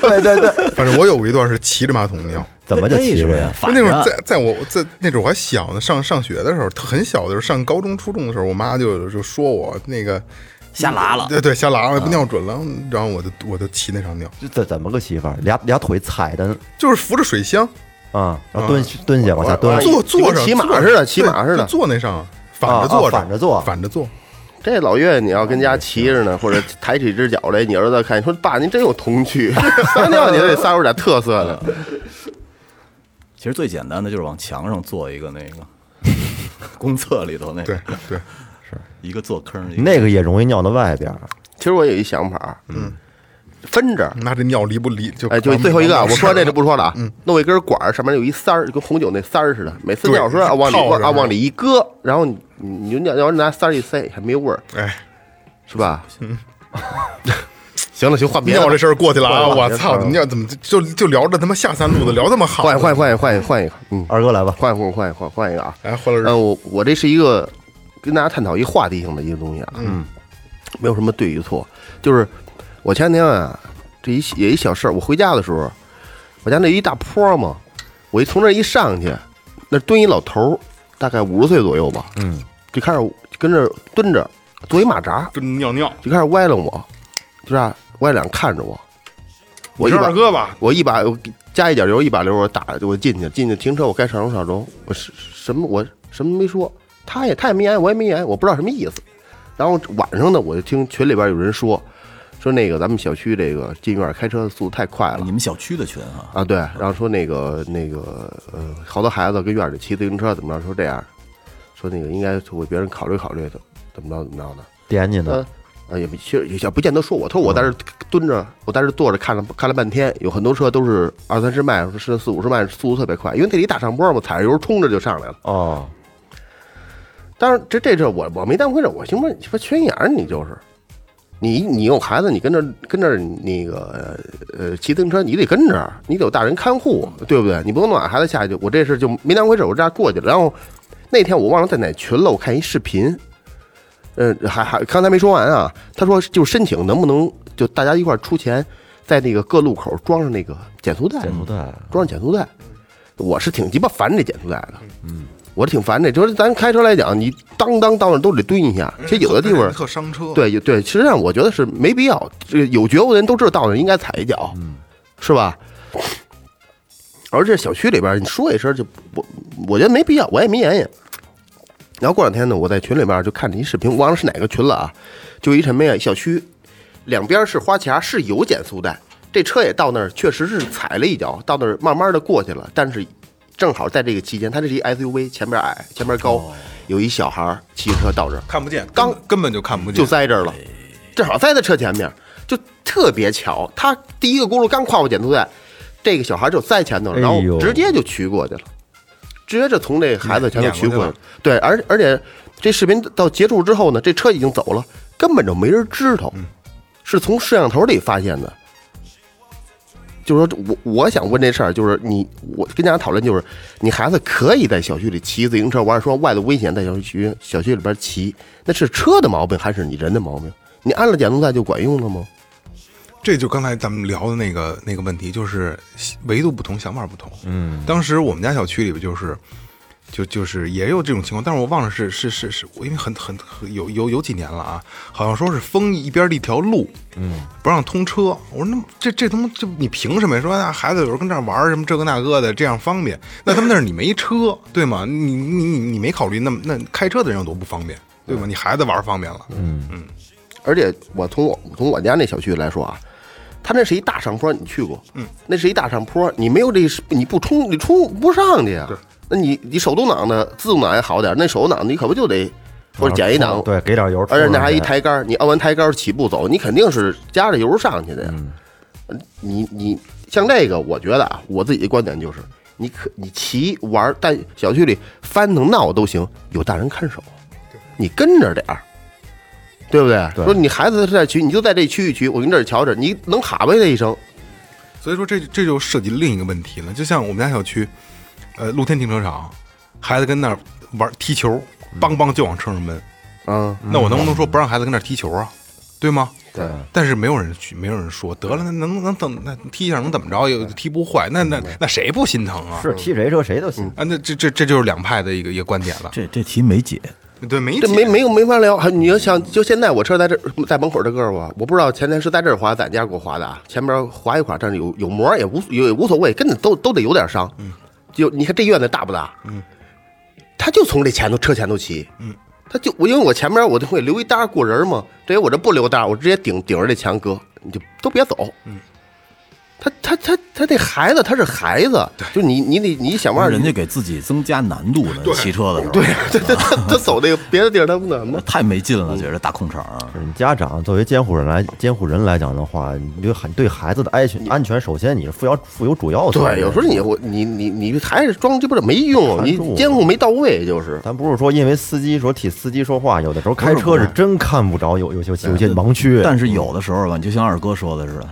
对对对，
反正我有一段是骑着马桶尿。
怎么就
为
骑
什
着
么呀
呀？？
反
那会儿
着
在在我在那会儿我还小呢，上上学的时候，很小的时候，上高中、初中的时候，我妈就就说我那个
瞎拉了，
对对，瞎拉了，不尿准了，然后我就我就骑那上尿，
这怎怎么个骑法？俩俩腿踩的
就是扶着水箱，
啊，然后蹲蹲下往下蹲
我，
坐
就
坐
跟
上，
骑马
坐上
似的骑马
对
似的
就坐那上，反
啊
着坐
啊
着，
反着坐
反着坐，
这老岳，你要跟家骑着呢，或者抬起一只脚来，你儿子看，你说爸，您真有童趣，撒尿你得撒出点特色来。
其实最简单的就是往墙上做一个那 个公厕里头那
对
个
对，
一个坐坑儿一个
那个也容易尿到外边。
其实我有一想法，嗯，分着，
那这尿离不离就
哎，就最后一个啊，我说这就
就
不说了啊。弄一根管儿，上面有一塞儿，就跟红酒那塞儿似的。每次
对
尿出来啊，往里
套着
啊
是吧
往里一搁，然后你你就尿，要是拿塞儿一塞，还没味 儿，
哎。
是吧？嗯。行了， 行，换别的吧。
尿这事儿过去了啊！
换吧
我操，怎么尿怎么就就聊着他妈下三路的聊这么好？
换一换一换一换一换一个，嗯，
二哥来吧，
换一换换换换一个啊。
来哎换了
嗯，我我这是一个跟大家探讨一话题性的一个东西啊，嗯，没有什么对与错，就是我前两天啊，这一也一小事儿，我回家的时候，我家那一大坡嘛，我一从那儿一上去，那儿蹲一老头儿，大概五十岁左右吧，嗯，就开始跟着蹲着做一马扎，
跟尿尿，
就开始歪了我，就这样歪脸看着我，我
你是
一把
二哥吧？
我一把我加一脚油，一把溜，我打我进去，进去停车，我该上楼上楼，我什什么我什么没说，他也他也没言，我也没言，我不知道什么意思。然后晚上呢，我就听群里边有人说，说那个咱们小区这个进院开车速度太快了
你们小区的群啊，
啊，对，然后说那个那个呃，好多孩子跟院里骑自行车怎么着，说这样，说那个应该为别人考虑考虑的，怎么着怎么着的。
点你呢
嗯，，啊，也不其实也不见得说我，他说我在这蹲着，我在这坐着看了看了半天，有很多车都是二三十迈，甚至四五十迈，速度特别快，因为这里大上坡嘛，踩着油冲着就上来了。
哦，
当然这这事儿我我没当回事儿，我寻思你说缺心眼儿你就是，你你有孩子你跟着跟着那个呃骑自行车你得跟着，你得有大人看护，对不对？你不能弄俺孩子下去，我这呃事儿就没当回事儿，我这样过去了。然后那天我忘了在哪群了，我看一视频，呃，还还刚才没说完啊，他说就申请能不能就大家一块儿出钱，在那个各路口装上那个减速带，
减速带，
装上减速带。我是挺鸡巴烦这减速带的，嗯，我是挺烦这，就是咱开车来讲，你当当到那都得蹲一下，其实有的地方
特伤车，，
对有对，实际上我觉得是没必要。这个有觉悟的人都知道到那儿应该踩一脚，是吧？而这小区里边儿你说一声就我，我觉得没必要，我也没言语。然后过两天呢，我在群里边儿就看着一视频，我忘了是哪个群了啊，就一什么呀，小区两边是花匣，是有减速带，这车也到那儿确实是踩了一脚，到那儿慢慢的过去了，但是正好在这个期间，它这是一 SUV，前边矮，前边高，有一小孩儿骑车到这儿，
看不见，
刚
根根本就看不见，哎
就栽这儿了，正好栽在车前面，就特别巧。他第一个轱辘刚跨过减速带，这个小孩就栽前头了，
哎呦
然后直接就骑过去了，直接就从这孩子前头骑
碾过
哎
过
去
去
了。
对，而而且这视频到结束之后呢，这车已经走了，根本就没人知道，
嗯
是从摄像头里发现的。就是说我我想问这事儿，就是你我跟大家讨论，就是你孩子可以在小区里骑自行车，完了说外头危险，在小区小区里边骑，那是车的毛病还是你人的毛病？你安了减速带就管用了吗？
这就刚才咱们聊的那个那个问题，就是维度不同，想法不同。嗯，当时我们家小区里边就是，就就是也有这种情况，但是我忘了是是是是，我因为很很很有有有几年了啊，好像说是封一边的一条路，嗯，不让通车。我说那这这他妈这你凭什么呀说那孩子有时候跟这儿玩儿什么这个那个的，这样方便？那他们那是你没车对吗？你你你你没考虑那么那开车的人有多不方便对吗？你孩子玩儿方便了，
而且我从我从我家那小区来说啊，它那是一大上坡，你去过？嗯，那是一大上坡，你没有这你不冲你冲不上去啊。那你你手动挡的自动挡还好点儿，那手动挡你可不就得或者减一档，
对，给点油，
而且那还
冲上
一
去
抬杆儿，你按完抬杆儿起步走，你肯定是加着油上去的呀。呃
嗯
你你像这个，我觉得啊，我自己的观点就是，你可你骑玩儿，但小区里翻腾闹都行，有大人看守，你跟着点儿，对不对？
对
说你孩子是在区，你就在这区域区，我跟这儿瞧着，你能哈巴他一声，
所以说这这就涉及另一个问题了，就像我们家小区，呃，露天停车场，孩子跟那儿玩踢球，梆梆就往车上闷，
嗯，
那我能不能说不让孩子跟那儿踢球啊？对吗？
对。
但是没有人去，没有人说得了，那能能怎么那踢一下能怎么着？也踢不坏，那那那谁不心疼啊？
是踢谁车谁都行。
啊，那这这这就是两派的一个一个观点了。
这这题没解，
对，没
这
解
没没有没法聊，还你要像就现在我车在这儿在门口这个儿我我不知道前天是在这儿划，在家给我划的啊，前边划一划，但是有有膜也无有也无所谓，根本都都得有点伤。嗯，就你看这院子大不大？嗯，他就从这前头车前头骑。嗯，他就我因为我前面我就会留一搭过人嘛，这回我这不留搭，我直接顶顶着这墙搁，你就都别走。嗯。他他他他这孩子他是孩子，就你你得你想办法，
人家给自己增加难度呢。骑车的时候，
对他他他他走那个别的地儿他不能吗？
太没劲了，觉得大空场儿。啊
就是你家长作为监护人来监护人来讲的话，你对孩对孩子的安全安全，首先你是负要负有主要责任。
对，有时候你我你你你还是装鸡巴的没用，
看
你
住
监控没到位就是。
咱不是说因为司机说替司机说话，有的时候开
不
车
是
是真看不着有有有些有些盲区。
但是有的时候吧，你就像二哥说的似的，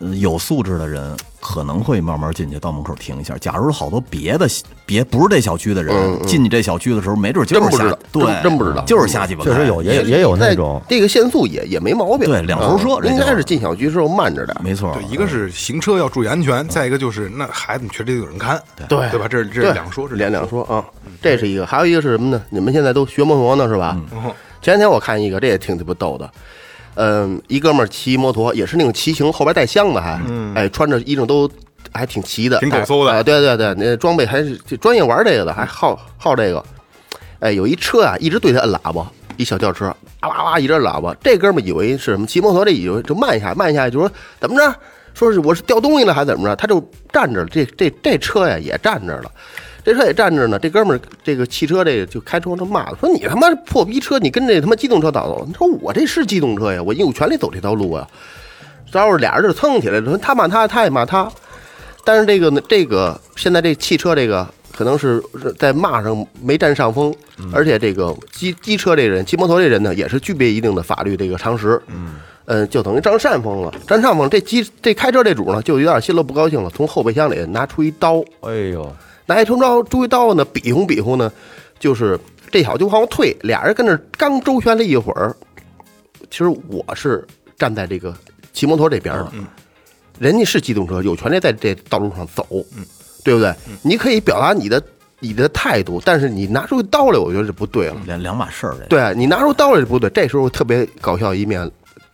呃，有素质的人可能会慢慢进去，到门口停一下。假如好多别的别不是这小区的人、进你这小区的时候，没准就
嗯真
是
不
瞎
知道
对，
真真不知道
就是瞎鸡巴开。
确实有，也也有那种
在这个限速也也没毛病，
对两头说
啊
这
应
就是
该是进小区时候慢着点儿。
没错，
对，一个是行车要注意安全，再一个就是那孩子你确实得有人看，对对吧？这是这是
对
两说，嗯这是
两两说啊，这是一个，还有一个是什么呢？你们现在都学摩托呢是吧？
嗯
前两天我看一个，这也挺鸡巴逗的。嗯，一哥们儿骑摩托，也是那种骑行，后边带箱子还，哎，穿着衣裳都还挺齐的，
嗯挺狗搜的
哎，哎对对对，那装备还是这专业玩这个的，还好好这个。哎，有一车啊，一直对他摁喇叭，一小轿车，啊哇哇一直摁喇叭。这哥们儿以为是什么骑摩托，这以为就慢一下，慢一下就说怎么着，说是我是掉东西了还是怎么着，他就站着了，这这这车呀也站着了。这车也站着呢，这哥们儿这个汽车这个就开车就骂了，说你他妈破逼车，你跟这他妈机动车打走。他说我这是机动车呀，我有权利走这条路啊。然后俩人就蹭起来了，说他骂他，他也骂他。但是这个呢，这个现在这汽车这个可能是是在骂上没占上风，而且这个机机车这人骑摩托这人呢，也是具备一定的法律这个常识，嗯，呃，就等于占上风了。占上风，这机这开车这主呢，就有点心里不高兴了，从后备箱里拿出一刀，
哎呦，
拿一冲刀，出一刀呢，比划比划呢，就是这小子就往后退，俩人跟那儿刚周旋了一会儿，其实我是站在这个骑摩托这边的，人家是机动车，有权利在这道路上走，对不对？你可以表达你的你的态度，但是你拿出刀来，我觉得是不对了。
两两码事儿。这个，
对你拿出刀来是不对，这时候特别搞笑一面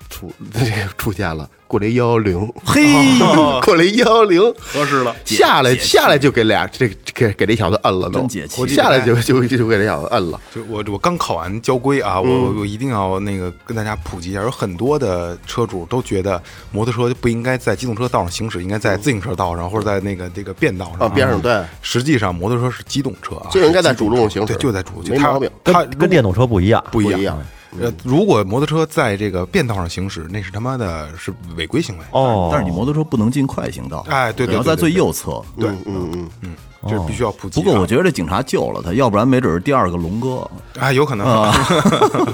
出 出现了，过来幺幺零，
嘿，
过来幺幺零，
合适了。
下来
解气
下来就给俩这给给这小子摁了都
真解，气
下来就就就给这小子摁了，
就我我刚考完交规啊，我我一定要那个跟大家普及一下，有很多的车主都觉得摩托车不应该在机动车道上行驶，应该在自行车道上或者在那个这个便道上
啊边上对
实际上，摩托车是机动车啊，
就应该在
是机
主
动
路
车
行驶
对，就在主路，
没
它
毛病
它
跟跟电动车不一样，
不
不一
一
样。
呃，如果摩托车在这个便道上行驶，那是他妈的是违规行为。
哦，
但是你摩托车不能进快行道，
哎对对
你要
对
在
对
最
对
右侧。
对，嗯嗯嗯，这是必须要普及
不
啊。
过我觉得这警察救了他，要不然没准是第二个龙哥。
得啊，有可能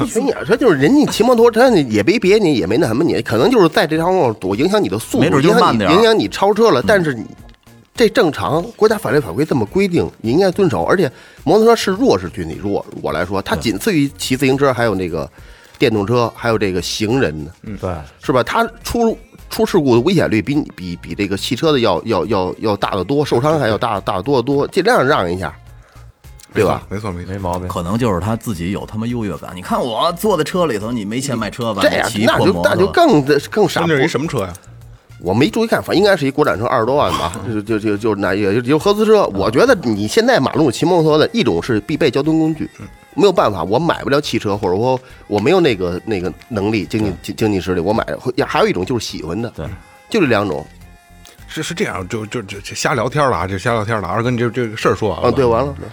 所以你说哎就是人家骑摩托车，你也没别你，也没那什么你，可能就是在这条路上躲，影响你的速
没
度，
准就
影响
慢
你
点儿
影响你超车了。但是你这正常，国家法律法规这么规定，你应该遵守。而且摩托车是弱势群体，弱我来说，它仅次于骑自行车，还有那个电动车，还有这个行人呢，
对，
是吧？它出出事故的危险率比你比比这个汽车的要要要要大得多，受伤害要大大得多得多，尽量让一下，对吧？？
没错没错没
没
错。
毛病。
可能就是他自己有他妈优越感。你看我坐在车里头，你没钱买车吧？
嗯这样
你骑
那
破
就
摩
那就
托。
更更傻
那
逼。
是一什么车呀？
我没注意看，反正应该是一国产车，二十多万 吧，就就就就那也就也就合资车。
嗯
我觉得你现在马路骑摩托的一种是必备交通工具，
嗯
没有办法，我买不了汽车，或者说我没有那个那个能力、经济经经济实力，我买会还有一种就是喜欢的，
对，
就这两种。
是是这样，就就就就瞎聊天了啊，这瞎聊天了。二哥，你这这个事儿说完了
啊，
吧？
对，完了，
嗯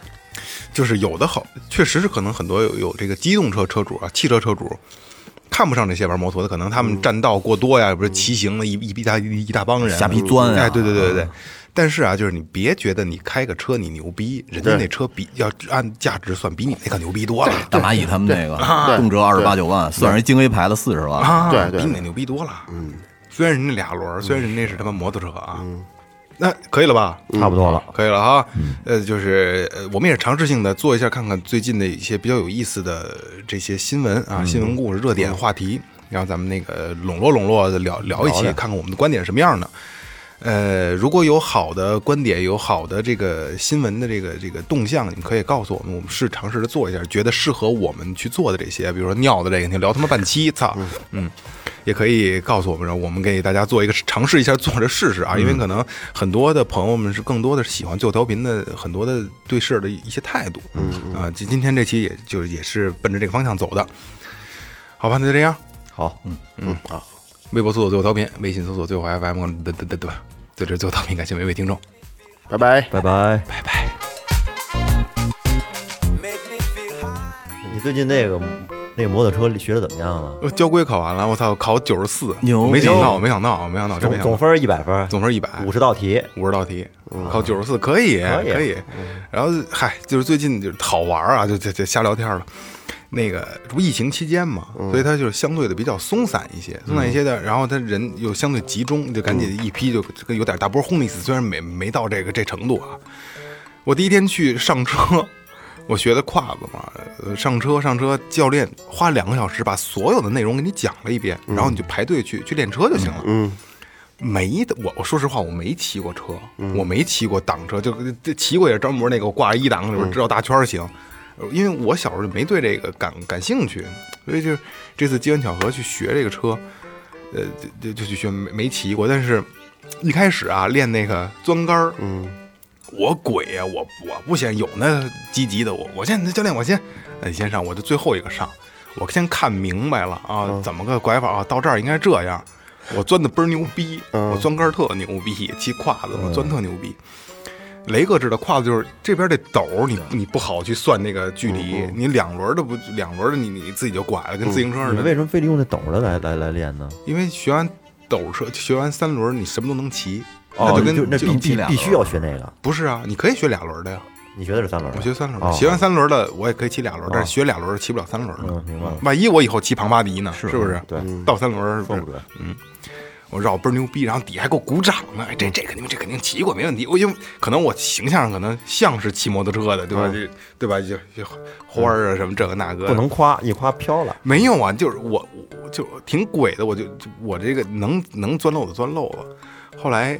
就是有的好，确实是可能很多有有这个机动车车主啊、汽车车主看不上这些玩摩托的，可能他们占道过多呀，不是骑行了一一一大一大帮人
下皮钻啊呀
哎，对对对对对。但是啊，就是你别觉得你开个车你牛逼，人家那车比要按价值算，比你那可牛逼多了
大蚂蚁他们那
对
个动辄二十八九万，算上一京 A 牌子四十万，
啊，
对对
比你那牛逼多了。嗯，虽然人家俩轮儿，虽然人家是他妈摩托车啊，那可以了吧？
差不多了，
可以了哈，呃，就是呃，我们也尝试性的做一下，看看最近的一些比较有意思的这些新闻啊、新闻故事、热点话题，然后咱们那个笼络笼络的聊聊一期，看看我们的观点是什么样的。呃，如果有好的观点，有好的这个新闻的这个这个动向，你们可以告诉我们，我们是尝试着做一下，觉得适合我们去做的这些，比如说尿的这个，你聊他妈半期，操，嗯，也可以告诉我们，然后我们给大家做一个尝试一下，做着试试啊，因为可能很多的朋友们是更多的是喜欢最后调频的很多的对事儿的一些态度，嗯啊，今今天这期也就是也是奔着这个方向走的，好吧，那就这样，
好，嗯，
微博搜索最后调频，微信搜索最后 FM，对对对对吧？在这最后调频，感谢每位听众。
拜拜。
拜拜，拜拜。你最近那个那个摩托车学的怎么样啊了？
我交规考完了，我操，考九十四，
牛
没想到，
逼
没想到，没想到，真
总
没想
总
到，
分一百分，
总分一百，
五十道题，
五十道题，嗯考九十四，可以，
可以嗯
可以。然后，嗨，就是最近就是好玩啊，就就就瞎聊天了。那个这不疫情期间嘛，
嗯
所以他就是相对的比较松散一些，松散一些的。然后他人又相对集中，就赶紧
嗯
一批就就跟有点大波轰的意思，虽然没没到这个这程度啊。我第一天去上车，我学的胯子嘛，呃上车上车，教练花两个小时把所有的内容给你讲了一遍，然
嗯
后你就排队去去练车就行了。没的，我我说实话，我没骑过车，我没骑过挡车，就这骑过也是张博那个我挂着一档，就是知道大圈儿行。呃因为我小时候就没对这个感感兴趣，所以就是这次机缘巧合去学这个车，呃，就就就去学没没骑过，但是一开始啊练那个钻杆儿，嗯，我鬼呀、我我不先有那积极的我，我先教练我先，呃你先上，我就最后一个上，我先看明白了
嗯
啊，怎么个拐法啊，到这儿应该这样，我钻的倍儿牛逼，
嗯
我钻杆儿特牛逼，骑胯子我钻特牛逼。雷哥知道胯子就是这边这斗儿你，你不好去算那个距
嗯
离，你两轮儿的不两轮儿的你你自己就拐了，跟自行车
嗯
似
你
的。
为什么非得用那斗的来来来练呢？
因为学完斗车，学完三轮，你什么都能骑，
哦，
那就跟
那
就
必
必
必
俩
必须
了
要学那个，
不是啊，你可以学俩轮的呀。
你学的是三轮儿的，
我学三轮，
哦
学完三轮的我也可以骑俩轮，但是学俩轮骑不了三轮的
嗯，明白了。
万一我以后骑庞巴迪呢？是不是？
对，
倒三轮儿
算不准。
嗯，我绕倍儿牛逼，然后底下还给我鼓掌呢，哎，这这肯定这肯定骑过没问题，我因为可能我形象上可能像是骑摩托车的，对吧？这对
哦
吧？就就花儿啊什么这个那个的，
不能夸，一夸飘了。
没有啊，就是我我就挺鬼的，我就就我这个能能钻漏子钻漏子。后来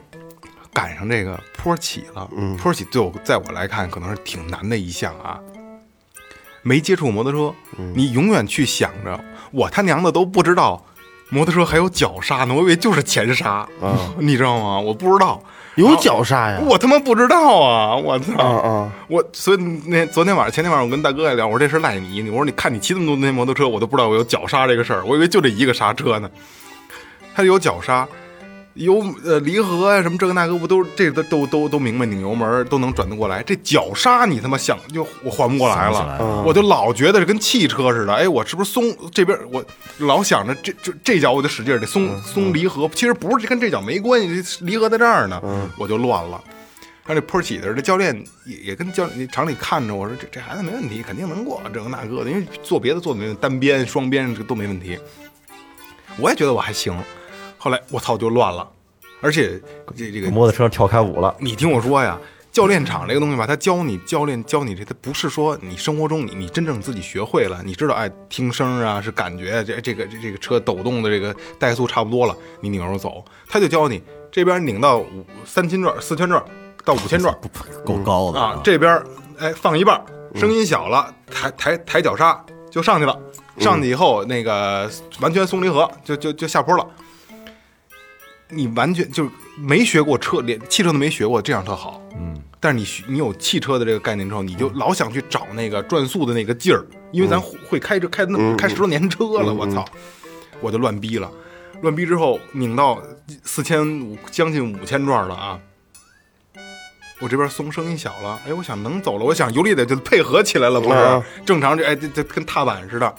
赶上这个坡起了，
嗯
坡起对我在我来看可能是挺难的一项啊。没接触摩托车，
嗯
你永远去想着我他娘的都不知道摩托车还有脚刹呢，我以为就是前刹， 你知道吗？我不知道，
啊有绞杀呀，
我他妈不知道啊！我操！
啊啊，
我所以那昨天晚上前天晚上我跟大哥也聊，我说这事赖你，我说你看你骑那么多那摩托车，我都不知道我有脚刹这个事儿，我以为就这一个刹车呢。它有脚刹，有呃离合啊什么这个那个，我都这都都都都明白，拧油门都能转得过来。这脚刹你他妈想就我缓不过来
想不起来
了，
了
我就老觉得是跟汽车似的，哎，我是不是松这边我老想着这这这脚我得使劲儿得
嗯
松松离合，其实不是跟这脚没关系，这离合在这儿呢，
嗯
我就乱了。然后这坡起的时候，这教练也也跟教练厂里看着我说：“这这孩子没问题，肯定能过这个那个的，因为做别的做的没问题，单边、双边这个都没问题。”我也觉得我还行，后来我操就乱了，而且这这个
摩托车跳开舞了，
你听我说呀，教练场这个东西吧，他教你教练教你这，他不是说你生活中你你真正自己学会了，你知道哎听声啊是感觉这这个这这个车抖动的这个怠速差不多了，你拧油走，他就教你这边拧到五三千转四千转到五千转，
不够高的
啊，这边儿哎放一半儿，声音小了，抬抬抬脚刹就上去了，上去以后那个完全松离合，就就就下坡了。你完全就是没学过车，连汽车都没学过，这样特好。嗯，但是你学你有汽车的这个概念之后，你就老想去找那个转速的那个劲儿，因为咱会开这开那么开十多年车了，我操，我就乱逼了，乱逼之后拧到四千五将近五千转了啊，我这边松声音小了，哎，我想能走了，我想油力得就配合起来了，不是？
啊
正常这哎这这跟踏板似的，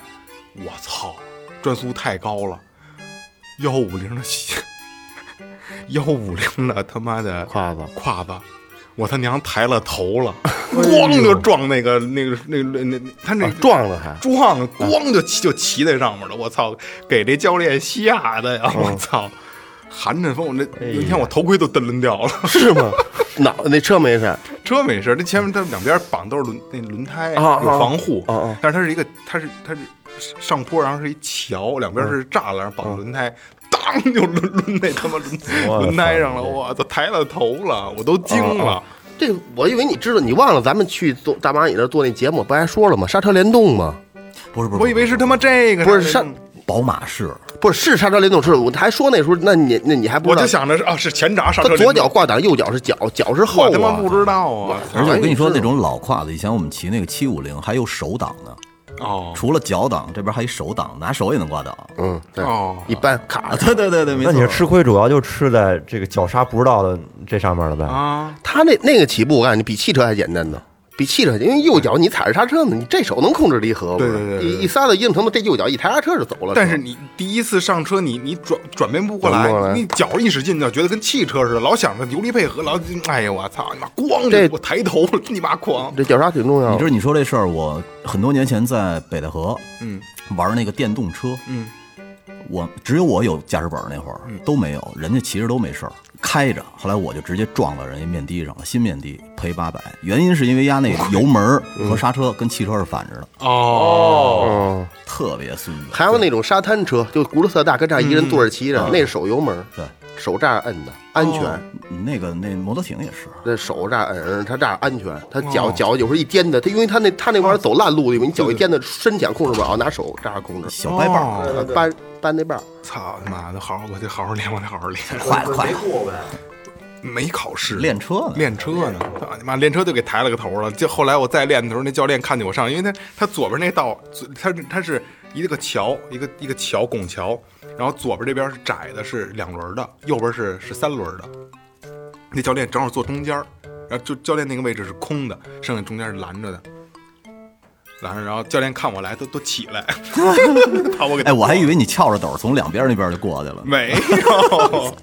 我操，转速太高了，幺五零的幺五零的他妈的
胯子哎
胯子，我他娘抬了头了，咣就撞那个那个那那那那他那
啊撞了啊还，
撞咣就骑就骑在上面了，我操，给这教练吓的
嗯
呀，我操，寒碜风，我那
哎呀
那天我头盔都蹬抡掉了。
是吗？ 脑那车没事，
车没事，这前面它两边绑都是轮那轮胎有
啊
防护，
啊啊
但是它是一个它是它是上坡，然后是一桥，两边是栅栏绑轮胎，当就抡抡那他妈轮
我
轮 胎
操
上了，我操，抬了头了，我都惊
啊
了。
这个我以为你知道，你忘了咱们去做大蚂蚁那儿做那节目，不还说了吗？刹车联动吗？
不是不是，
我以为是他妈这个，
不是
这
上
宝马是
不是是刹车联动，是我还说那时候，那你那你还不
我
知道
就？想着是啊，是前闸上
他
车，
左脚挂档，右脚是脚，脚是后
我他妈
啊
不知道啊，
而且我跟你说，
哎
那种老胯子，以前我们骑那个七五零还有手挡呢，
哦
除了脚挡，这边还有手挡，拿手也能挂挡。
嗯，对，
哦
一般
啊，
卡。
对对对对，没
那
错。
你是吃亏主要就吃在这个绞杀不知道的这上面了呗？
啊，
他那那个起步，我感觉比汽车还简单呢，比汽车还简单，因为右脚你踩着刹车呢，你这手能控制离合，
对
不是
对对对对
一一撒到一定程度，这右脚一抬刹车就走了。
但是你第一次上车你，你转转变不过来
转不过，来
你脚一使劲，就觉得跟汽车似的，老想着油离配合，老哎呀我操你妈咣！
这
我抬头了，你妈狂！
这脚刹挺重
哦
要
你知道你说这事儿，我很多年前在北戴河，
嗯，
玩那个电动车，
嗯，
我只有我有驾驶本儿那会儿都没有，人家骑着都没事儿，开着。后来我就直接撞到人家面的上了，新面的赔八百，原因是因为压那油门儿
嗯
和刹车跟汽车是反着的，
哦，
嗯，
特别孙子。
还有那种沙滩车，就轱辘特大，跟这儿一人坐着骑着，那是手油门，
对，
手这样摁的，安全。
那个那摩托艇也是，
那手这样摁，他这样安全。他脚
哦
脚有时候一颠的，他因为他那他那块儿走烂路的，你脚一颠的，深浅控制不了，拿手这样控制，
小掰把儿。
哦
呃扳扳那把儿。
操他妈的，好好我得好好练，我得好好练。
快快
嗯没考试，
练车呢，
练车呢，操你妈练车就给抬了个头了。就后来我再练的时候，那教练看见我上，因为他他左边那道，左他他是一个桥，一个一个桥拱桥，然后左边这边是窄的，是两轮的，右边是是三轮的。那教练正好坐中间儿然后就教练那个位置是空的，剩下中间是拦着的。拦着，然后教练看我来，都都起来， 把我给
哎哎，我还以为你翘着斗儿从两边那边就过去了。
没有，